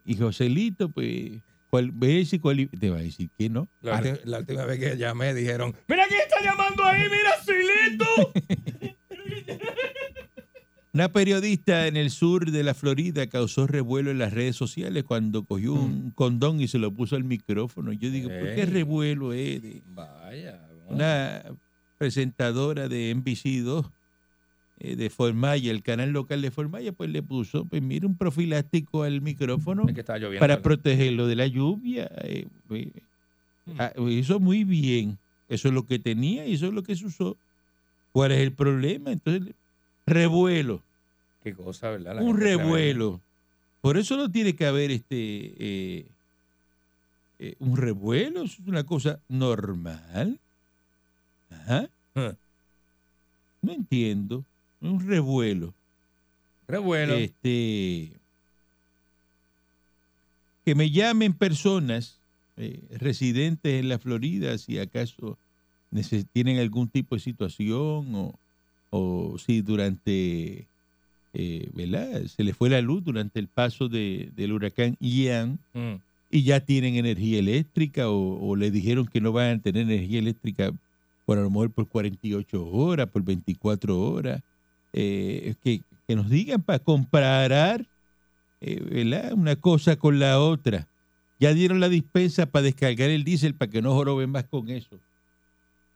Speaker 1: Y Joselito, pues, cual, ve si cual- te va a decir que no.
Speaker 3: La, ulti- la última vez que llamé dijeron,
Speaker 1: Una periodista en el sur de la Florida causó revuelo en las redes sociales cuando cogió
Speaker 3: Mm.
Speaker 1: un condón y se lo puso al micrófono. Yo digo, ¿por qué
Speaker 3: Ey.
Speaker 1: revuelo es? de
Speaker 3: vaya, ¿no?
Speaker 1: Una presentadora de NBC2 eh, de Formaya, el canal local de Formaya, pues le puso, pues mira, un profiláctico al micrófono
Speaker 3: es que está lloviendo.
Speaker 1: para protegerlo de la lluvia. eh, eh,
Speaker 3: Mm.
Speaker 1: ah, hizo muy bien. Eso es lo que tenía y eso es lo que se usó. ¿Cuál es el problema? Entonces, revuelo
Speaker 3: Qué cosa, ¿verdad? La
Speaker 1: un
Speaker 3: gente clavera.
Speaker 1: revuelo. Por eso no tiene que haber este eh, eh, un revuelo, eso es una cosa normal. Ajá.
Speaker 3: Ah.
Speaker 1: No entiendo. Un revuelo.
Speaker 3: Revuelo.
Speaker 1: Este, que me llamen personas eh, residentes en la Florida si acaso neces- tienen algún tipo de situación o, o si durante, eh, ¿verdad? Se les fue la luz durante el paso de- del huracán Ian
Speaker 3: Mm.
Speaker 1: y ya tienen energía eléctrica o, o le dijeron que no van a tener energía eléctrica por a lo mejor por 48 horas, por 24 horas, eh, que, que nos digan para comparar eh, ¿verdad? una cosa con la otra. Ya dieron la dispensa para descargar el diésel para que no joroben más con eso.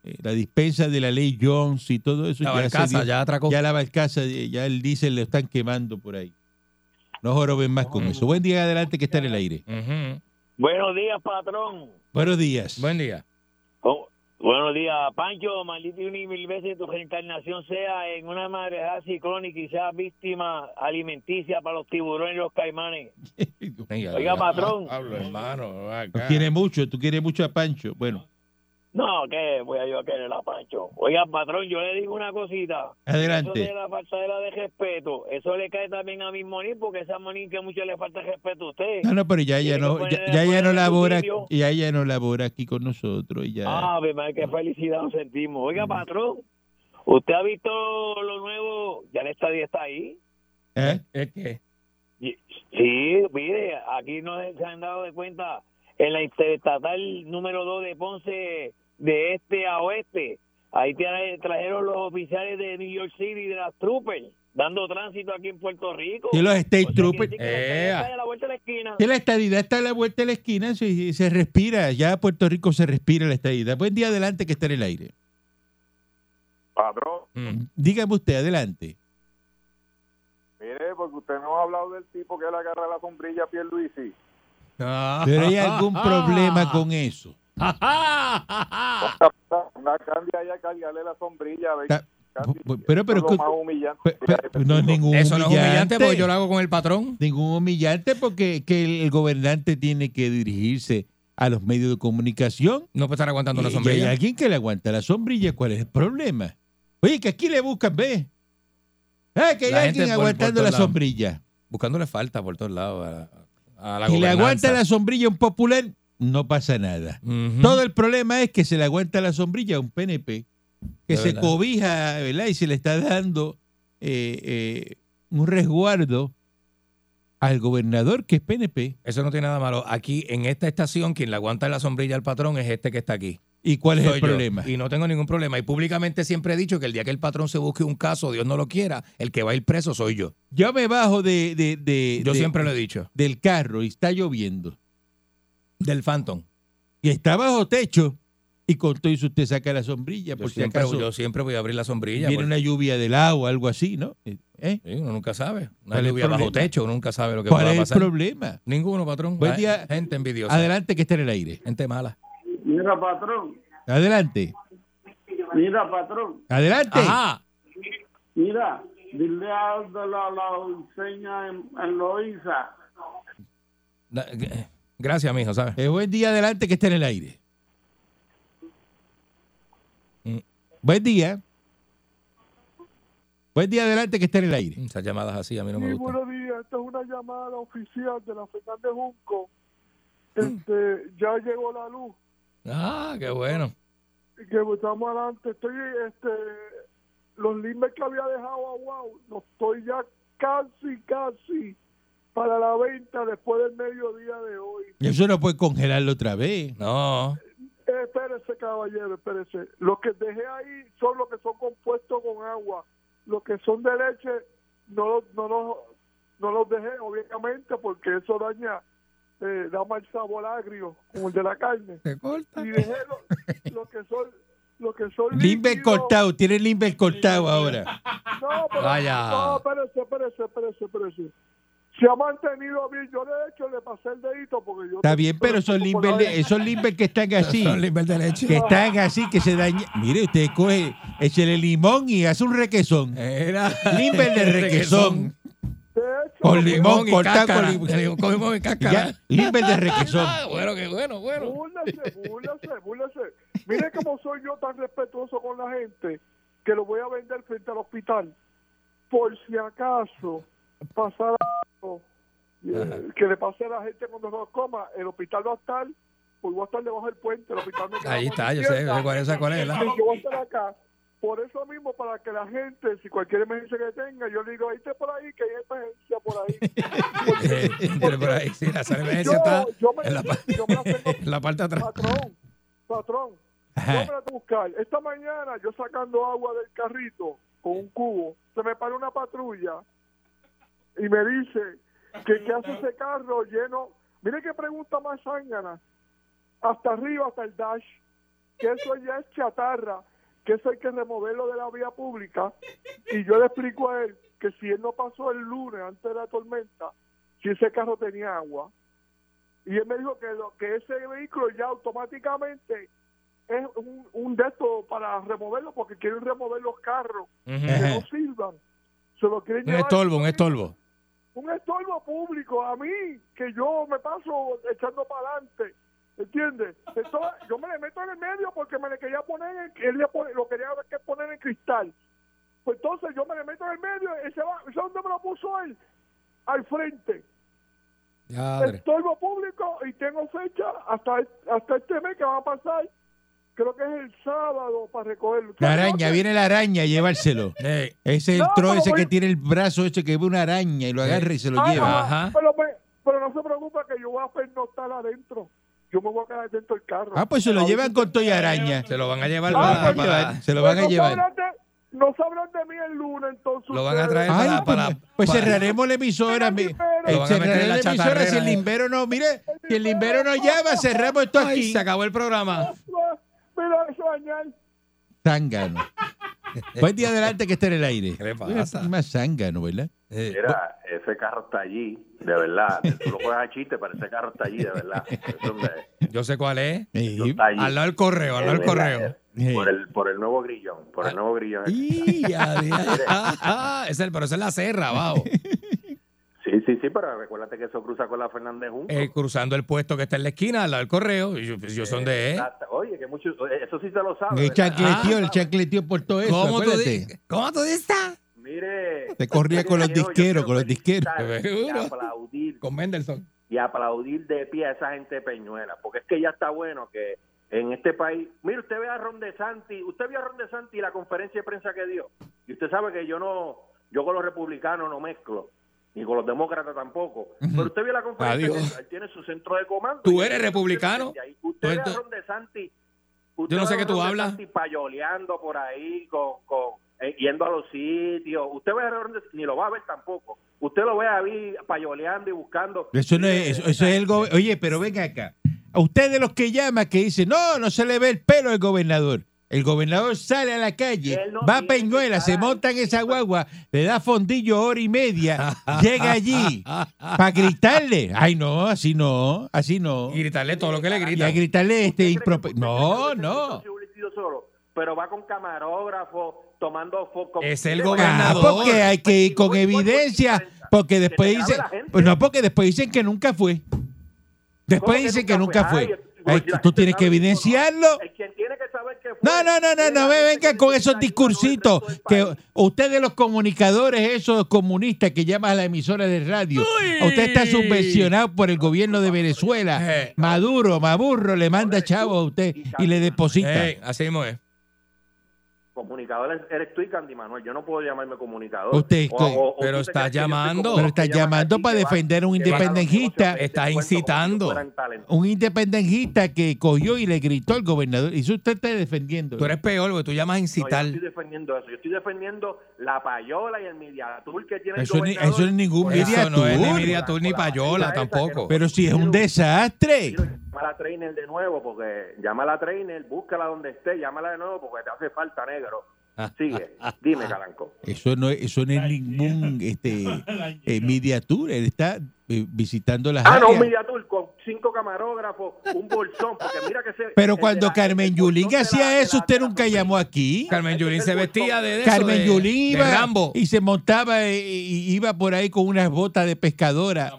Speaker 1: Eh, la dispensa de la ley Jones y todo eso.
Speaker 3: La
Speaker 1: ya se
Speaker 3: barcaza
Speaker 1: dio.
Speaker 3: ya atracó.
Speaker 1: Ya la barcaza, eh, ya el diésel lo están quemando por ahí. No joroben más
Speaker 3: Oh.
Speaker 1: con eso. Buen día adelante que está en el aire.
Speaker 3: Ujú.
Speaker 7: Buenos días, patrón.
Speaker 1: Buenos días.
Speaker 3: Buen día.
Speaker 7: Oh, buenos días, Pancho. Maldito y mil veces tu reencarnación sea en una madrejada ciclónica y sea víctima alimenticia para los tiburones y los caimanes.
Speaker 3: Venga,
Speaker 7: Oiga,
Speaker 3: ya.
Speaker 7: patrón.
Speaker 3: Pablo, hermano,
Speaker 1: Nos
Speaker 3: acá.
Speaker 1: quiere mucho, tú quieres mucho a Pancho. Bueno,
Speaker 7: No, que voy a yo a querer a Pancho. Oiga, patrón, yo le digo una cosita.
Speaker 1: Adelante.
Speaker 7: Eso de la faltadera de respeto, eso le cae también a mi Monique, porque esa Monique que mucho le falta respeto a usted.
Speaker 1: No, no, pero ya ella
Speaker 7: Tiene que
Speaker 1: no,
Speaker 7: ponerle
Speaker 1: ya,
Speaker 7: la
Speaker 1: ya ella
Speaker 7: mano en
Speaker 1: no
Speaker 7: el
Speaker 1: labora,
Speaker 7: bolsillo.
Speaker 1: ya ella no labora aquí con nosotros. y ya. Mm.
Speaker 7: Ah, verdad, qué felicidad nos sentimos. Oiga, patrón, ¿usted ha visto lo nuevo? Ya la estadía está ahí.
Speaker 1: ¿Eh?
Speaker 3: Es que
Speaker 7: Y- Sí, mire, aquí no se han dado de cuenta en la interestatal número 2 de Ponce, de este a oeste. Ahí tra- trajeron los oficiales de New York City, de las troopers, dando tránsito aquí en Puerto Rico.
Speaker 1: Y los State
Speaker 7: O sea,
Speaker 1: Troopers.
Speaker 7: quiere decir que la estadía
Speaker 3: Ea.
Speaker 7: está de la vuelta de la esquina.
Speaker 1: Sí, la estadidad está a la vuelta de la esquina, se, se respira, ya Puerto Rico se respira la estadidad. Buen día, adelante, que está en el aire.
Speaker 6: Patrón,
Speaker 3: mm.
Speaker 1: Dígame usted, adelante.
Speaker 6: mire, porque usted no ha hablado del tipo que le agarra la sombrilla a Pierluisi.
Speaker 3: Ah.
Speaker 1: Pero hay algún problema con eso.
Speaker 6: Una candia allá, cargarle la sombrilla. ve,
Speaker 1: Ta-
Speaker 6: Candy,
Speaker 1: bu- pero- pero-
Speaker 6: eso es lo más humillante.
Speaker 1: Pe- pe- no es ningún
Speaker 3: eso no es humillante
Speaker 1: humillante,
Speaker 3: porque yo lo hago con el patrón.
Speaker 1: ningún humillante porque que el gobernante tiene que dirigirse a los medios de comunicación
Speaker 3: No puede estar aguantando una
Speaker 1: Y- y hay
Speaker 3: sombrilla.
Speaker 1: alguien que le aguanta la sombrilla, ¿cuál es el problema? Oye, que aquí le buscan, ve. Ah, que hay
Speaker 3: La gente
Speaker 1: alguien
Speaker 3: por-
Speaker 1: aguantando
Speaker 3: por
Speaker 1: la
Speaker 3: todos lados.
Speaker 1: sombrilla.
Speaker 3: Buscándole falta por todos lados a, la- a la
Speaker 1: y le
Speaker 3: gobernanza.
Speaker 1: aguanta la sombrilla a un popular, no pasa nada.
Speaker 3: Ujú.
Speaker 1: Todo el problema es que se le aguanta la sombrilla a un PNP que
Speaker 3: De
Speaker 1: se
Speaker 3: verdad.
Speaker 1: cobija, ¿verdad? Y se le está dando eh, eh, un resguardo al gobernador que es PNP.
Speaker 3: Eso no tiene nada malo. Aquí, en esta estación, quien le aguanta la sombrilla al patrón es este que está aquí.
Speaker 1: ¿Y cuál es
Speaker 3: Soy
Speaker 1: el
Speaker 3: yo.
Speaker 1: problema?
Speaker 3: Y no tengo ningún problema. Y públicamente siempre he dicho que el día que el patrón se busque un caso, Dios no lo quiera, el que va a ir preso soy yo.
Speaker 1: Yo me bajo de, de- de-
Speaker 3: Yo
Speaker 1: de-
Speaker 3: siempre lo he dicho.
Speaker 1: del carro y está lloviendo.
Speaker 3: Del Phantom.
Speaker 1: y está bajo techo y con todo eso usted saca la sombrilla
Speaker 3: Yo,
Speaker 1: por si
Speaker 3: siempre,
Speaker 1: acaso
Speaker 3: yo siempre voy a abrir la sombrilla. pues.
Speaker 1: viene
Speaker 3: porque-
Speaker 1: una lluvia del agua algo así, ¿no? ¿Eh?
Speaker 3: Sí, uno nunca sabe. Una
Speaker 1: ¿Cuál es el
Speaker 3: lluvia bajo
Speaker 1: problema?
Speaker 3: techo, uno nunca sabe lo que
Speaker 1: ¿Cuál
Speaker 3: pueda
Speaker 1: es el
Speaker 3: pasar.
Speaker 1: problema?
Speaker 3: Ninguno, patrón.
Speaker 1: Buen
Speaker 3: Ah,
Speaker 1: día.
Speaker 3: Gente envidiosa.
Speaker 1: Adelante que está en el aire.
Speaker 3: Gente mala.
Speaker 8: Mira, patrón,
Speaker 1: Adelante.
Speaker 8: mira, patrón,
Speaker 1: Adelante.
Speaker 3: Ajá.
Speaker 8: mira, dile a la, la dulceña en, en Loiza.
Speaker 3: Da- g- Gracias, mijo, ¿sabes?
Speaker 1: Eh, buen día, adelante que está en el aire. Mm. Buen día. Buen día, adelante que está en el aire.
Speaker 3: Esas llamadas así a mí no me gustan.
Speaker 6: buenos días. Esta es una llamada oficial de la Fernández Junco. Este, ya llegó la luz.
Speaker 3: Ah, qué bueno.
Speaker 6: que estamos adelante. Estoy, este, los limbes que había dejado a Wow, los estoy ya casi, casi para la venta después del mediodía de hoy.
Speaker 1: Eso no puede congelarlo otra vez.
Speaker 3: No.
Speaker 6: Eh, espérese, caballero, espérese. Los que dejé ahí son los que son compuestos con agua. Los que son de leche no los, no los, no los dejé, obviamente, porque eso daña, eh, da mal sabor agrio, como el de la carne.
Speaker 3: Se corta.
Speaker 6: Y dejé los, los que son... Los que son
Speaker 1: Limber
Speaker 6: líquidos.
Speaker 1: cortado, tiene Limber cortado ahora.
Speaker 6: No, pero,
Speaker 3: Vaya.
Speaker 6: no, espérese, espérese, espérese, espérese. Se ha mantenido bien. Yo, de hecho, le pasé el dedito porque yo...
Speaker 1: Está bien, pero son Limber, de- son Limber que están así.
Speaker 3: Son limber de leche.
Speaker 1: que están así, que se dañan. Mire, usted coge, échele limón y hace un requesón.
Speaker 3: Era.
Speaker 1: Limber
Speaker 3: Este
Speaker 1: de requesón.
Speaker 6: De hecho, pues,
Speaker 1: Con limón,
Speaker 3: Limón y
Speaker 1: cortado
Speaker 3: cáscara.
Speaker 1: con limón.
Speaker 3: Limón Cogimos en
Speaker 1: Y ya,
Speaker 3: cáscara.
Speaker 1: Limber de requesón.
Speaker 3: Ah, bueno, qué bueno, bueno.
Speaker 6: búrlese, búrlese, búrlese. Mire cómo soy yo tan respetuoso con la gente que lo voy a vender frente al hospital. Por si acaso pasara algo eh, que le pase a la gente cuando nos coma, el hospital va a estar, pues voy a estar debajo del puente. El hospital me queda
Speaker 3: Ahí
Speaker 6: a mano
Speaker 3: está, yo sé, yo sé
Speaker 6: izquierda.
Speaker 3: cuál es, esa cuál es, ¿verdad?
Speaker 6: Así que voy a estar acá. Por eso mismo, para que la gente, si cualquier emergencia que tenga, yo le digo, ahí está por ahí, que hay emergencia por ahí.
Speaker 3: Eh, entre por ahí, sí, la sala de
Speaker 6: Yo,
Speaker 3: emergencia está
Speaker 6: yo me,
Speaker 3: en la, pa-
Speaker 6: yo me la tengo,
Speaker 3: en la parte de atrás.
Speaker 6: patrón, patrón,
Speaker 3: Eh.
Speaker 6: yo me la tengo que buscar. Esta mañana, yo sacando agua del carrito con un cubo, se me para una patrulla y me dice que qué hace ese carro lleno. Mire qué pregunta más zángana. Hasta arriba, hasta el dash. Que eso ya es chatarra. Que eso hay que removerlo de la vía pública. Y yo le explico a él que si él no pasó el lunes antes de la tormenta, si ese carro tenía agua. Y él me dijo que, lo, que ese vehículo ya automáticamente es un, un de estos para removerlo porque quieren remover los carros que no
Speaker 3: Eh.
Speaker 6: sirvan. Se lo quieren
Speaker 3: Un
Speaker 6: llevar
Speaker 3: estorbo, un estorbo.
Speaker 6: un estorbo público a mí, que yo me paso echando para adelante
Speaker 5: ¿Entiendes? Entonces, yo me le meto en el medio porque me le quería poner, en- quería poner- lo quería que poner en cristal. Pues entonces yo me le meto en el medio, ese va, ¿sabes dónde me lo puso él? Al frente.
Speaker 3: Yadre.
Speaker 5: Estorbo público y tengo fecha hasta, hasta este mes que va a pasar, creo que es el sábado para recogerlo.
Speaker 1: La araña, viene la araña a llevárselo.
Speaker 3: Eh,
Speaker 1: Ese es el
Speaker 5: No,
Speaker 1: tro
Speaker 5: pero
Speaker 1: ese que
Speaker 5: voy-
Speaker 1: tiene el brazo ese que ve una araña y lo agarra y se lo
Speaker 5: Ah,
Speaker 1: lleva.
Speaker 3: Ajá.
Speaker 5: Pero, me- pero no se preocupa que yo voy a pernoctar adentro. Yo me voy a quedar dentro del carro.
Speaker 1: Ah, pues se lo llevan con toda y araña.
Speaker 3: Se lo van a llevar
Speaker 5: Ah,
Speaker 3: para,
Speaker 5: pues,
Speaker 3: para-
Speaker 1: Se lo
Speaker 5: Pues
Speaker 1: van a
Speaker 5: no
Speaker 1: llevar.
Speaker 5: sabrán de- no sabrán de mí el lunes, entonces.
Speaker 3: Lo van a
Speaker 5: ustedes.
Speaker 3: traer
Speaker 1: Ay,
Speaker 3: para,
Speaker 1: pues,
Speaker 3: para-
Speaker 1: pues
Speaker 3: para-
Speaker 1: cerraremos la emisora. mi-
Speaker 5: Lo
Speaker 1: eh,
Speaker 3: van a meter
Speaker 1: cerraré
Speaker 3: en la
Speaker 1: la emisora
Speaker 3: chatarrera,
Speaker 1: si el
Speaker 3: eh.
Speaker 1: limbero no, mire, si el limbero no llama, cerramos esto
Speaker 3: Ay,
Speaker 1: aquí.
Speaker 3: se acabó el programa.
Speaker 5: Ah, Mira eso, Daniel.
Speaker 1: Zángano. Buen día adelante que esté en el aire.
Speaker 3: ¿Qué le pasa?
Speaker 1: Más zángano, ¿verdad?
Speaker 3: Eh,
Speaker 8: Mira, ese carro está allí, de verdad. Tú lo juegas a chiste, pero ese carro está allí, de verdad. Eso me-
Speaker 3: yo sé cuál es.
Speaker 1: Eh,
Speaker 8: está allí.
Speaker 3: Al lado del correo, al lado del
Speaker 8: Es verdad,
Speaker 3: correo. Ah.
Speaker 8: es- Eh, Por el, por el nuevo grillón, por el nuevo grillón.
Speaker 3: Y adiós. Ah, esa es- pero esa es la serra, abajo.
Speaker 8: Sí, sí, sí, pero recuérdate que eso cruza con la Fernández Junco.
Speaker 3: Eh, cruzando el puesto que está en la esquina, al lado del correo. Y Yo, pues, yo son de
Speaker 1: ¿Eh?
Speaker 3: él.
Speaker 8: Exacto. Oye, que muchos, eso sí te lo sabes.
Speaker 1: el
Speaker 8: ¿verdad?
Speaker 1: chacleteó, el chacleteó por todo eso.
Speaker 3: Ah. ¿Cómo tú,
Speaker 1: acuérdate.
Speaker 3: di- ¿Cómo tú dices?
Speaker 8: Mire.
Speaker 1: Te corría con los
Speaker 8: Viejo, yo
Speaker 1: disqueros,
Speaker 8: quiero
Speaker 1: con los disqueros.
Speaker 8: felicitar
Speaker 3: Seguro.
Speaker 8: Y aplaudir,
Speaker 3: Con Mendelssohn.
Speaker 8: y aplaudir de pie a esa gente de Peñuela, porque es que ya está bueno que en este país. Mire, usted ve a Ron Santi, usted vio a Ron Santi la conferencia de prensa que dio. Y usted sabe que yo no, yo con los republicanos no mezclo, ni con los demócratas tampoco. Pero usted vio la conferencia de
Speaker 3: Adiós.
Speaker 8: prensa, él tiene su centro de comando.
Speaker 3: Tú
Speaker 8: Y
Speaker 3: eres
Speaker 8: usted-
Speaker 3: republicano.
Speaker 8: y ahí Usted ve a
Speaker 3: Tú ent-
Speaker 8: Ron DeSantis
Speaker 3: Yo no sé qué tú hablas.
Speaker 8: y payoleando por ahí, con, con, eh, yendo a los sitios. Usted ve a Ron DeSantis, ni lo va a ver tampoco. Usted lo ve a ver payoleando y buscando. Eh,
Speaker 1: Eso no es, eso, eso es el go- Oye, pero venga acá. A usted de los que llama que dice, no, no se le ve el pelo al gobernador. El gobernador sale a la calle,
Speaker 8: Él no
Speaker 1: va a
Speaker 8: tiene que
Speaker 1: Peñuela, se
Speaker 8: estar ahí.
Speaker 1: monta en esa guagua, le da fondillo hora y media, llega allí para gritarle. Ay, no, así no, así no.
Speaker 3: Y gritarle todo lo que le
Speaker 1: Y a
Speaker 3: gritan.
Speaker 1: gritarle este
Speaker 8: ¿Usted cree que-
Speaker 1: improper.
Speaker 8: usted
Speaker 1: No,
Speaker 8: cree que
Speaker 1: no.
Speaker 8: si hubiese sido solo, pero va con camarógrafo, tomando foco.
Speaker 3: Es el
Speaker 8: Le-
Speaker 1: Ah,
Speaker 3: gobernador.
Speaker 1: porque hay que ir con
Speaker 8: Voy- voy por
Speaker 1: evidencia,
Speaker 8: 50.
Speaker 1: porque después
Speaker 8: Que te grabe
Speaker 1: dicen,
Speaker 8: la gente.
Speaker 1: pues no, porque después dicen que nunca fue.
Speaker 8: ¿Cómo
Speaker 1: Después dicen que nunca fue.
Speaker 8: Ay,
Speaker 1: Ay,
Speaker 8: la
Speaker 1: tú
Speaker 8: gente
Speaker 1: tienes que
Speaker 8: sabe no.
Speaker 1: evidenciarlo.
Speaker 8: El quien tiene que saber que fue-
Speaker 1: No, no, no, no, no
Speaker 8: la
Speaker 1: me
Speaker 8: gente
Speaker 1: vengan
Speaker 8: que
Speaker 1: con
Speaker 8: se
Speaker 1: esos
Speaker 8: está
Speaker 1: discursitos
Speaker 8: ayudando al resto
Speaker 1: que
Speaker 8: del país.
Speaker 1: ustedes los comunicadores, esos comunistas que llaman a la emisora de radio, a usted está subvencionado por el gobierno de Venezuela.
Speaker 3: Eh.
Speaker 1: Maduro, Maburro le manda chavo a usted y le deposita.
Speaker 3: Eh, así mismo es.
Speaker 8: Comunicador eres- eres tú y Candy Manuel. Yo no puedo llamarme comunicador.
Speaker 1: Usted,
Speaker 8: tú
Speaker 3: pero
Speaker 8: te
Speaker 3: está
Speaker 8: crees que yo soy
Speaker 3: llamando.
Speaker 8: comunicador,
Speaker 1: Pero está
Speaker 8: que llaman
Speaker 1: llamando
Speaker 8: aquí,
Speaker 1: para
Speaker 8: que van-
Speaker 1: defender a un
Speaker 8: que van a los
Speaker 1: independentista.
Speaker 8: negocios,
Speaker 3: Está
Speaker 8: te cuento como si
Speaker 3: incitando.
Speaker 8: fueran talentosos.
Speaker 1: Un independentista que cogió y le gritó al gobernador. Y eso usted está defendiendo.
Speaker 3: Tú eres peor, porque tú llamas a
Speaker 8: No, yo
Speaker 3: incitar.
Speaker 8: no estoy defendiendo eso. Yo estoy defendiendo la payola y el mediatur que tiene
Speaker 1: Eso
Speaker 8: el
Speaker 1: ni-
Speaker 8: gobernador.
Speaker 1: eso
Speaker 8: Pues,
Speaker 1: no es ningún
Speaker 8: Con la-
Speaker 1: media
Speaker 3: Eso no es ni
Speaker 1: tour.
Speaker 3: media tour ni
Speaker 8: con la
Speaker 3: payola
Speaker 8: bandera esa que
Speaker 3: tampoco.
Speaker 8: no-
Speaker 1: Pero si es un desastre.
Speaker 8: Quiero llamar a la trainer de nuevo porque llámala a trainer, búscala donde esté, llámala de nuevo porque te hace falta negro.
Speaker 1: Ah.
Speaker 8: Sigue, dime Calanco.
Speaker 1: Eso no, es- eso no es ningún este, eh, media tour. Él está eh, visitando las
Speaker 8: Ah, no, un
Speaker 1: áreas.
Speaker 8: mediatur con cinco camarógrafos, un bolsón, porque mira que se...
Speaker 1: Pero
Speaker 8: el de
Speaker 1: cuando
Speaker 8: la-
Speaker 1: Carmen
Speaker 8: el bolsón
Speaker 1: Yulín
Speaker 8: de la-
Speaker 1: hacía
Speaker 8: de
Speaker 1: eso,
Speaker 8: la- de
Speaker 1: usted
Speaker 8: la-
Speaker 1: nunca llamó aquí.
Speaker 3: Carmen Yulín se vestía de, de eso,
Speaker 1: Carmen
Speaker 3: de-
Speaker 1: Yulín
Speaker 3: de
Speaker 1: iba
Speaker 3: Rambo.
Speaker 1: y se montaba eh, y iba por ahí con unas botas de pescadora.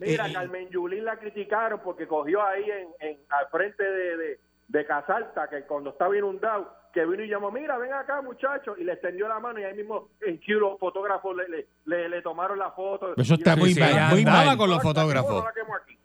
Speaker 8: Mira, Carmen Yulín la criticaron porque cogió ahí en, en- al frente de, de, de Casalta, que cuando estaba inundado, que vino y llamó, mira, ven acá muchachos, y le extendió la mano y ahí mismo en Q los fotógrafos le, le, le, le tomaron la foto.
Speaker 1: Eso está
Speaker 3: Sí,
Speaker 1: muy
Speaker 3: sí,
Speaker 1: mal,
Speaker 3: ella
Speaker 1: muy
Speaker 3: andaba
Speaker 1: mal.
Speaker 3: con los fotógrafos.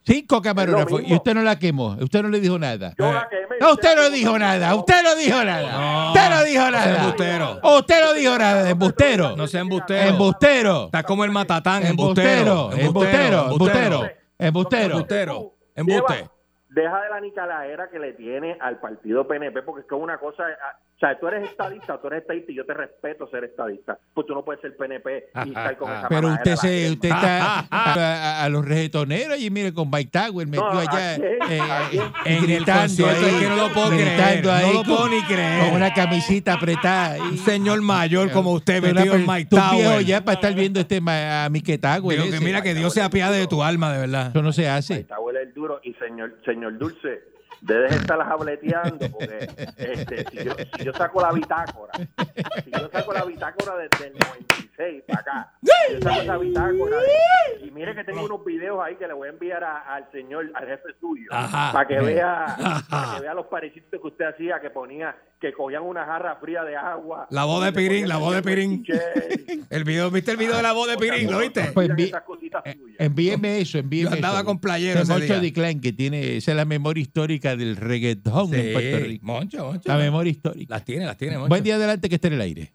Speaker 1: Cinco camarógrafos.
Speaker 8: mismo.
Speaker 1: Y usted no la quemó. Usted no le dijo nada.
Speaker 8: Yo la quemé.
Speaker 1: Eh, No, usted no dijo nada, usted no dijo nada.
Speaker 3: No,
Speaker 1: usted no dijo
Speaker 3: no sea
Speaker 1: nada.
Speaker 3: embustero.
Speaker 1: Usted no dijo nada, embustero.
Speaker 3: No sea embustero.
Speaker 1: Embustero.
Speaker 3: Está como el matatán,
Speaker 1: Embustero, embustero, embustero, embustero.
Speaker 3: Embustero. Embuste.
Speaker 8: Deja de la nicalaera que le tiene al partido PNP, porque es que una cosa. ah, O sea, tú eres estadista, tú eres estadista y yo te respeto ser estadista. Pues tú no puedes ser PNP y estar con
Speaker 3: ah.
Speaker 8: esa
Speaker 1: Pero
Speaker 8: mamajera
Speaker 1: usted
Speaker 8: de la
Speaker 1: se,
Speaker 8: gente.
Speaker 1: usted está a, a- a los reggaetoneros y mire con Mike Tower metió
Speaker 8: No,
Speaker 1: allá
Speaker 8: ¿a quién?
Speaker 1: eh,
Speaker 8: ¿A quién?
Speaker 1: eh,
Speaker 3: En el
Speaker 1: gritando
Speaker 3: concierto,
Speaker 1: ahí,
Speaker 3: es que no lo puedo
Speaker 1: gritando
Speaker 3: creer, no
Speaker 1: ahí
Speaker 3: lo puedo
Speaker 1: con-
Speaker 3: ni creer.
Speaker 1: con una camisita apretada.
Speaker 3: Un
Speaker 1: ahí.
Speaker 3: señor mayor como usted,
Speaker 1: Una
Speaker 3: metido en
Speaker 1: per-
Speaker 3: Mike
Speaker 1: tú viejo
Speaker 3: Tower.
Speaker 1: ya para estar viendo este ma- a Mike Tower
Speaker 3: Digo que
Speaker 1: ese.
Speaker 3: mira que Dios se apiade de tu alma, de verdad.
Speaker 1: Eso no se hace.
Speaker 8: Está huele el duro y señor señor Dulce, Debes estar jableteando porque este, si, yo, si yo saco la bitácora, si yo saco la bitácora desde el 96 para acá, yo saco la bitácora de- y mire que tengo unos videos ahí que le voy a enviar a- al señor, al jefe suyo,
Speaker 3: Ajá.
Speaker 8: para que vea
Speaker 3: Ajá.
Speaker 8: para que vea los parecitos que usted hacía, que ponía, que cogían una jarra fría de agua.
Speaker 3: La voz de
Speaker 8: y le
Speaker 3: Pirín,
Speaker 8: ponían
Speaker 3: la voz de Pirín.
Speaker 8: pichel,
Speaker 3: El video, ¿viste el video de la voz de Pirín? ¿Lo viste?
Speaker 1: Pues
Speaker 8: esas
Speaker 1: vi-
Speaker 6: eh,
Speaker 8: cositas suyas.
Speaker 1: Envíeme eso, envíeme
Speaker 3: Yo andaba
Speaker 1: eso.
Speaker 3: con playero
Speaker 1: Ese
Speaker 3: ese
Speaker 1: Moncho
Speaker 3: día.
Speaker 1: Diclán, que tiene, esa es la memoria histórica del reggaetón en Puerto
Speaker 3: Sí,
Speaker 1: Rico.
Speaker 3: Moncho, Moncho.
Speaker 1: La memoria histórica.
Speaker 3: Las tiene, las tiene, Moncho.
Speaker 1: Buen día adelante que esté en el aire.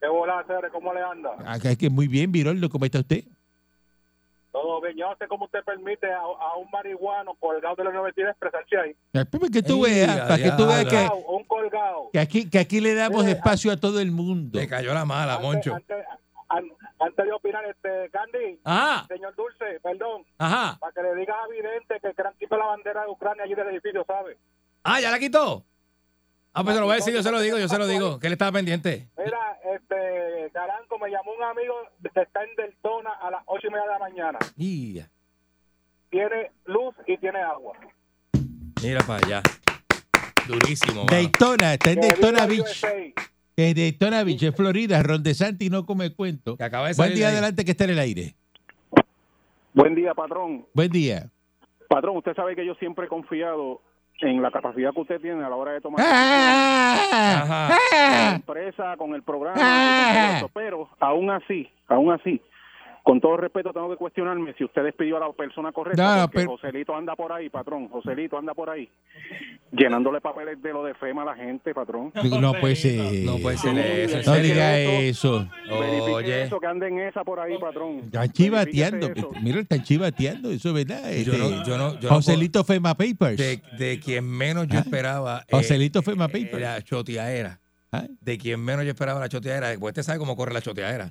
Speaker 8: ¿Qué bola, Cere? ¿Cómo le anda?
Speaker 1: Acá es que muy bien, Viroldo, ¿cómo está usted?
Speaker 8: Todo bien. Yo no sé cómo usted permite a, a un marihuano colgado de la 93 expresarse ahí.
Speaker 1: Ah, Para que tú
Speaker 3: Ey,
Speaker 1: veas, para que tú veas que,
Speaker 8: Colgado, un colgado.
Speaker 1: que aquí, que aquí le damos espacio a todo el mundo.
Speaker 3: Le cayó la mala, Moncho.
Speaker 8: Antes, an- antes de opinar, este, Candy,
Speaker 1: Ah.
Speaker 3: Ajá,
Speaker 8: señor Dulce, perdón,
Speaker 3: ajá.
Speaker 8: para que le digas a Vidente que Gran quitó la bandera de Ucrania allí del edificio, ¿sabe?
Speaker 3: Ah, ya la quitó. Ah, pues se lo voy a decir, yo se lo digo, yo se lo digo. Que él estaba pendiente.
Speaker 8: Mira, este, Caranco, me llamó un amigo que está en Deltona a las ocho y media de la mañana.
Speaker 3: Y ya.
Speaker 8: Tiene luz y tiene agua.
Speaker 3: Mira para allá. Durísimo, mano.
Speaker 1: Daytona, está en
Speaker 8: Que
Speaker 1: Daytona
Speaker 8: viva
Speaker 1: Beach.
Speaker 8: USA.
Speaker 1: En Daytona Beach, en Florida, Ron DeSantis no come cuento.
Speaker 3: Que acaba de salir
Speaker 1: Buen día
Speaker 3: de ahí.
Speaker 1: adelante que esté en el aire.
Speaker 4: Buen día, patrón.
Speaker 1: Buen día.
Speaker 4: Patrón, usted sabe que yo siempre he confiado en la capacidad que usted tiene a la hora de tomar
Speaker 1: Ah,
Speaker 3: Ajá.
Speaker 4: la
Speaker 1: ah.
Speaker 4: empresa, con el programa,
Speaker 1: Ah.
Speaker 4: y con todo eso. pero aún así, aún así, con todo respeto tengo que cuestionarme si usted despidió a la persona correcta,
Speaker 1: No, no,
Speaker 4: porque
Speaker 1: pero-
Speaker 4: Joselito anda por ahí, patrón, Joselito anda por ahí, llenándole papeles de lo de FEMA a la gente, patrón.
Speaker 1: ah. Digo, No puede ser.
Speaker 3: No puede ser eso. en
Speaker 1: No
Speaker 3: serio.
Speaker 1: diga eso.
Speaker 4: Verifique
Speaker 3: Oye.
Speaker 4: eso, que anden esa por ahí, patrón.
Speaker 1: Están
Speaker 4: Verifique
Speaker 1: chivateando.
Speaker 4: eso.
Speaker 1: Mira, están chivateando. Eso es verdad.
Speaker 3: Yo
Speaker 1: Este,
Speaker 3: no, yo no, yo no
Speaker 1: Joselito Fema Papers.
Speaker 3: puedo- de, de quien menos yo
Speaker 1: Ah.
Speaker 3: esperaba. eh,
Speaker 1: Joselito Fema Papers.
Speaker 3: La choteadera.
Speaker 1: Ah.
Speaker 3: De quien menos yo esperaba la choteadera. Después te sabe cómo corre la choteadera.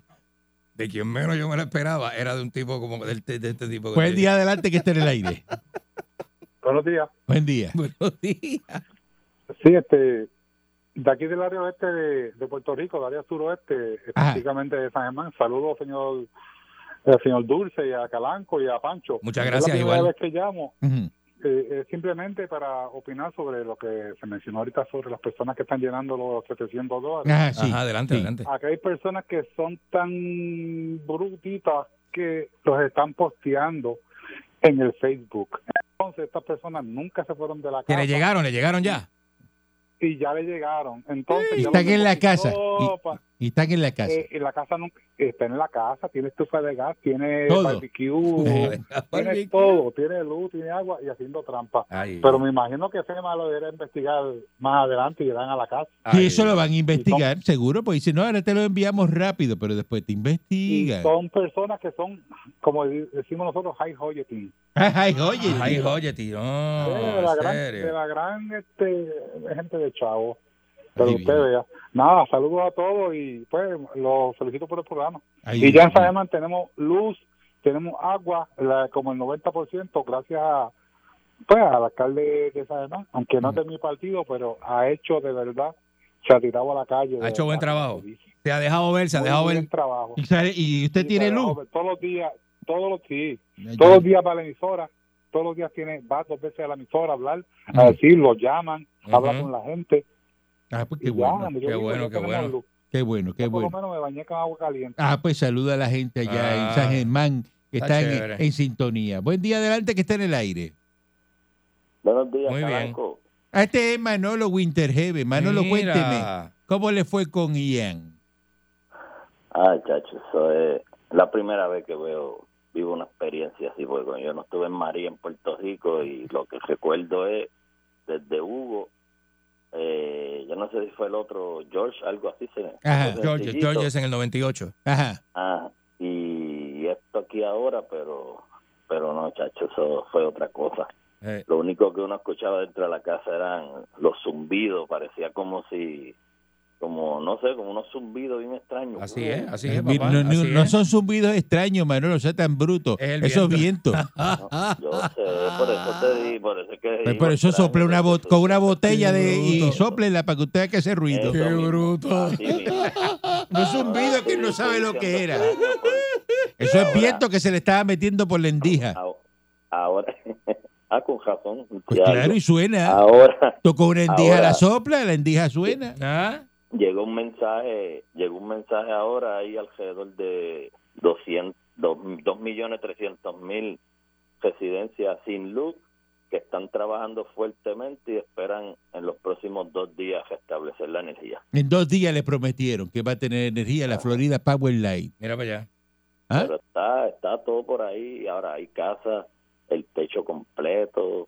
Speaker 3: De quien menos yo me la esperaba era de un tipo como del- de, de este tipo. que-
Speaker 1: Buen día adelante que esté en el aire.
Speaker 5: Buenos días.
Speaker 1: Buen día.
Speaker 3: Buenos días.
Speaker 5: Sí, este, de aquí del área oeste de, de Puerto Rico, del área suroeste,
Speaker 3: Ah.
Speaker 1: Ajá.
Speaker 5: específicamente de San Germán. Saludos, señor, al señor Dulce y a Calanco y a Pancho.
Speaker 3: Muchas
Speaker 5: Es
Speaker 3: gracias,
Speaker 5: La primera
Speaker 3: igual.
Speaker 5: vez que llamo,
Speaker 1: Ujú.
Speaker 5: eh, eh, simplemente para opinar sobre lo que se mencionó ahorita sobre las personas que están llenando los 700 dólares.
Speaker 1: Ajá, sí.
Speaker 3: Ajá, adelante,
Speaker 1: Sí.
Speaker 3: adelante.
Speaker 5: Acá hay personas que son tan brutitas que los están posteando en el Facebook. Entonces, estas personas nunca se fueron de la
Speaker 3: Que
Speaker 5: casa
Speaker 3: le llegaron, le llegaron ya.
Speaker 5: y ya le llegaron. Entonces,
Speaker 1: Y
Speaker 5: ya
Speaker 1: están
Speaker 5: lo
Speaker 1: en la
Speaker 5: depositó
Speaker 1: casa.
Speaker 5: pa-
Speaker 1: Y están en la casa.
Speaker 5: eh, en la casa nunca- está en la casa, "Ah, tiene estufa de gas, tiene
Speaker 1: Todo. Eh,
Speaker 5: barbecue, tiene todo, tiene luz, tiene agua y haciendo trampa.
Speaker 3: Ay,
Speaker 5: Pero me imagino que FEMA lo deberá investigar más adelante y irán a la casa.
Speaker 1: Y
Speaker 3: ay,
Speaker 1: eso lo van a investigar, seguro, porque dicen, no, ahora te lo enviamos rápido, pero después te
Speaker 5: Y
Speaker 1: investigan.
Speaker 5: son personas que son, como di- decimos nosotros, high hoyeting.
Speaker 1: Ay, oye,
Speaker 3: Ay, oye, tío.
Speaker 5: de,
Speaker 3: en
Speaker 5: Eh, la gran,
Speaker 3: serio.
Speaker 5: de la gran este, gente de chavo. Pero
Speaker 1: Adivino.
Speaker 5: usted vea. Nada, saludos a todos y pues los felicito por el programa.
Speaker 1: Ay,
Speaker 5: Y ya en
Speaker 1: Dios mío.
Speaker 5: San Germán tenemos luz, tenemos agua, la- como el 90%, gracias a, pues, al alcalde de San Germán, aunque no es
Speaker 3: Mm.
Speaker 5: de mi partido, pero ha hecho de verdad, se ha tirado a la calle.
Speaker 3: Ha hecho buen trabajo. Se ha dejado ver, se ha
Speaker 5: Muy
Speaker 3: dejado ver.
Speaker 5: buen trabajo.
Speaker 1: Y sale- ¿Y usted
Speaker 5: Sí,
Speaker 1: tiene
Speaker 5: se ha
Speaker 1: luz?
Speaker 5: dejado ver. Todos los días, todos los, sí,
Speaker 1: Ay,
Speaker 5: todos
Speaker 3: Mm.
Speaker 1: Dios.
Speaker 5: los días va a la emisora, todos los días tiene, va dos veces a la emisora a hablar,
Speaker 1: Ujú.
Speaker 5: a decir, lo llaman, habla
Speaker 3: Ujú.
Speaker 5: con la gente.
Speaker 1: Ah, pues
Speaker 5: y
Speaker 1: qué bueno,
Speaker 5: llaman. Yo
Speaker 3: qué
Speaker 5: digo,
Speaker 3: bueno,
Speaker 5: ya
Speaker 3: qué
Speaker 5: tenemos
Speaker 3: bueno.
Speaker 5: luz.
Speaker 1: qué bueno, qué
Speaker 5: Yo por lo
Speaker 1: bueno.
Speaker 5: menos me bañé con agua caliente.
Speaker 1: Ah, pues saluda a la gente allá en
Speaker 3: Ah,
Speaker 1: San Germán que está,
Speaker 3: está
Speaker 1: en,
Speaker 3: chévere.
Speaker 1: en sintonía. Buen día adelante que está en el aire.
Speaker 8: Buenos días,
Speaker 3: Muy bien.
Speaker 8: Caranco.
Speaker 1: Ah, Este es Manolo Winterheve. Manolo,
Speaker 3: Mira.
Speaker 1: cuénteme, ¿cómo le fue con Ian?
Speaker 8: Ay, chacho, eso es la primera vez que veo, vivo una experiencia así, porque cuando yo no estuve en María, en Puerto Rico, y lo que recuerdo es desde Hugo, eh, yo no sé si fue el otro, George, algo así. Se,
Speaker 1: Ajá,
Speaker 8: ese
Speaker 3: George,
Speaker 8: sencillito.
Speaker 3: George es en el 98.
Speaker 1: Ajá.
Speaker 8: Ah, y esto aquí ahora, pero pero no, chacho, eso fue otra cosa.
Speaker 3: Eh,
Speaker 8: Lo único que uno escuchaba dentro de la casa eran los zumbidos, parecía como si, como, no sé, como unos zumbidos bien extraños.
Speaker 3: así es, así es,
Speaker 1: Eh,
Speaker 3: papá.
Speaker 1: no, no-
Speaker 3: así
Speaker 1: no
Speaker 3: es.
Speaker 1: son zumbidos extraños, Manolo, o sea, tan bruto.
Speaker 3: Es el
Speaker 1: Esos vientos.
Speaker 8: Yo sé, por eso te di, por eso es que...
Speaker 1: Pues por eso sople una bot- con una botella de y
Speaker 3: bruto.
Speaker 1: soplela para que usted vea que ese ruido.
Speaker 8: Eso.
Speaker 3: bruto!
Speaker 1: No es un video que no sabe lo que era. Eso es viento que se le estaba metiendo por la endija.
Speaker 8: Ahora,
Speaker 6: Ah, con razón.
Speaker 1: Pues claro,
Speaker 6: algo.
Speaker 1: y suena.
Speaker 8: Ah,
Speaker 6: Ahora.
Speaker 1: Tocó una endija,
Speaker 6: ahora.
Speaker 1: la sopla, la endija suena. Ah.
Speaker 6: Llegó un mensaje, llegó un mensaje ahora ahí alrededor de 200, dos- dos millones trescientos mil residencias sin luz que están trabajando fuertemente y esperan en los próximos dos días restablecer la energía.
Speaker 1: En dos días le prometieron que va a tener energía la Florida Power Light.
Speaker 3: Mira para allá.
Speaker 1: ¿Ah?
Speaker 6: Pero está, está todo por ahí. Ahora hay casas, el techo completo.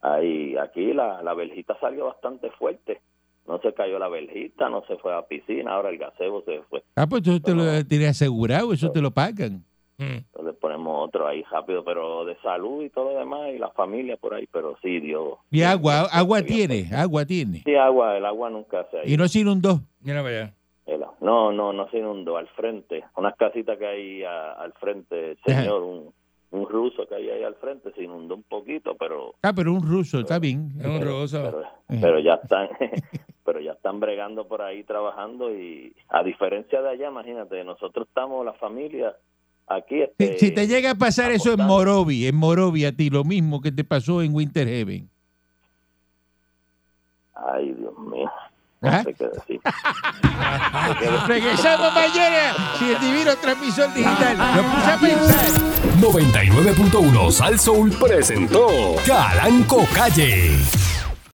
Speaker 6: Hay, aquí la, la verjita salió bastante fuerte. No se cayó la verjita, no se fue a la piscina, ahora el gasebo se fue.
Speaker 1: Ah, pues eso te lo tienes asegurado, eso te lo pagan.
Speaker 6: Entonces ponemos otro ahí rápido, pero de salud y todo lo demás, y la familia por ahí, pero sí, Dios.
Speaker 1: Y agua, agua tiene, agua tiene.
Speaker 6: Sí, agua, el agua nunca se ha
Speaker 1: Y no se inundó.
Speaker 3: Mira para allá.
Speaker 6: El- no, no, no se inundó, al frente, unas casitas que hay a- al frente, el señor, un, un ruso que hay ahí al frente, se inundó un poquito, pero
Speaker 1: Ah, pero un ruso, está bien.
Speaker 3: Un ruso.
Speaker 6: pero ya están pero ya están bregando por ahí trabajando y a diferencia de allá, imagínate, nosotros estamos la familia aquí
Speaker 1: Si,
Speaker 6: este,
Speaker 1: si te llega a pasar eso en Morovi, en Morovi a ti, lo mismo que te pasó en Winter Heaven.
Speaker 6: ay, Dios mío.
Speaker 1: ¿Ah?
Speaker 6: No sé qué decir.
Speaker 1: Regresamos mañana. Si el divino transmisor digital lo puse a pensar.
Speaker 9: 99.1 Sal Soul presentó Calanco Calle.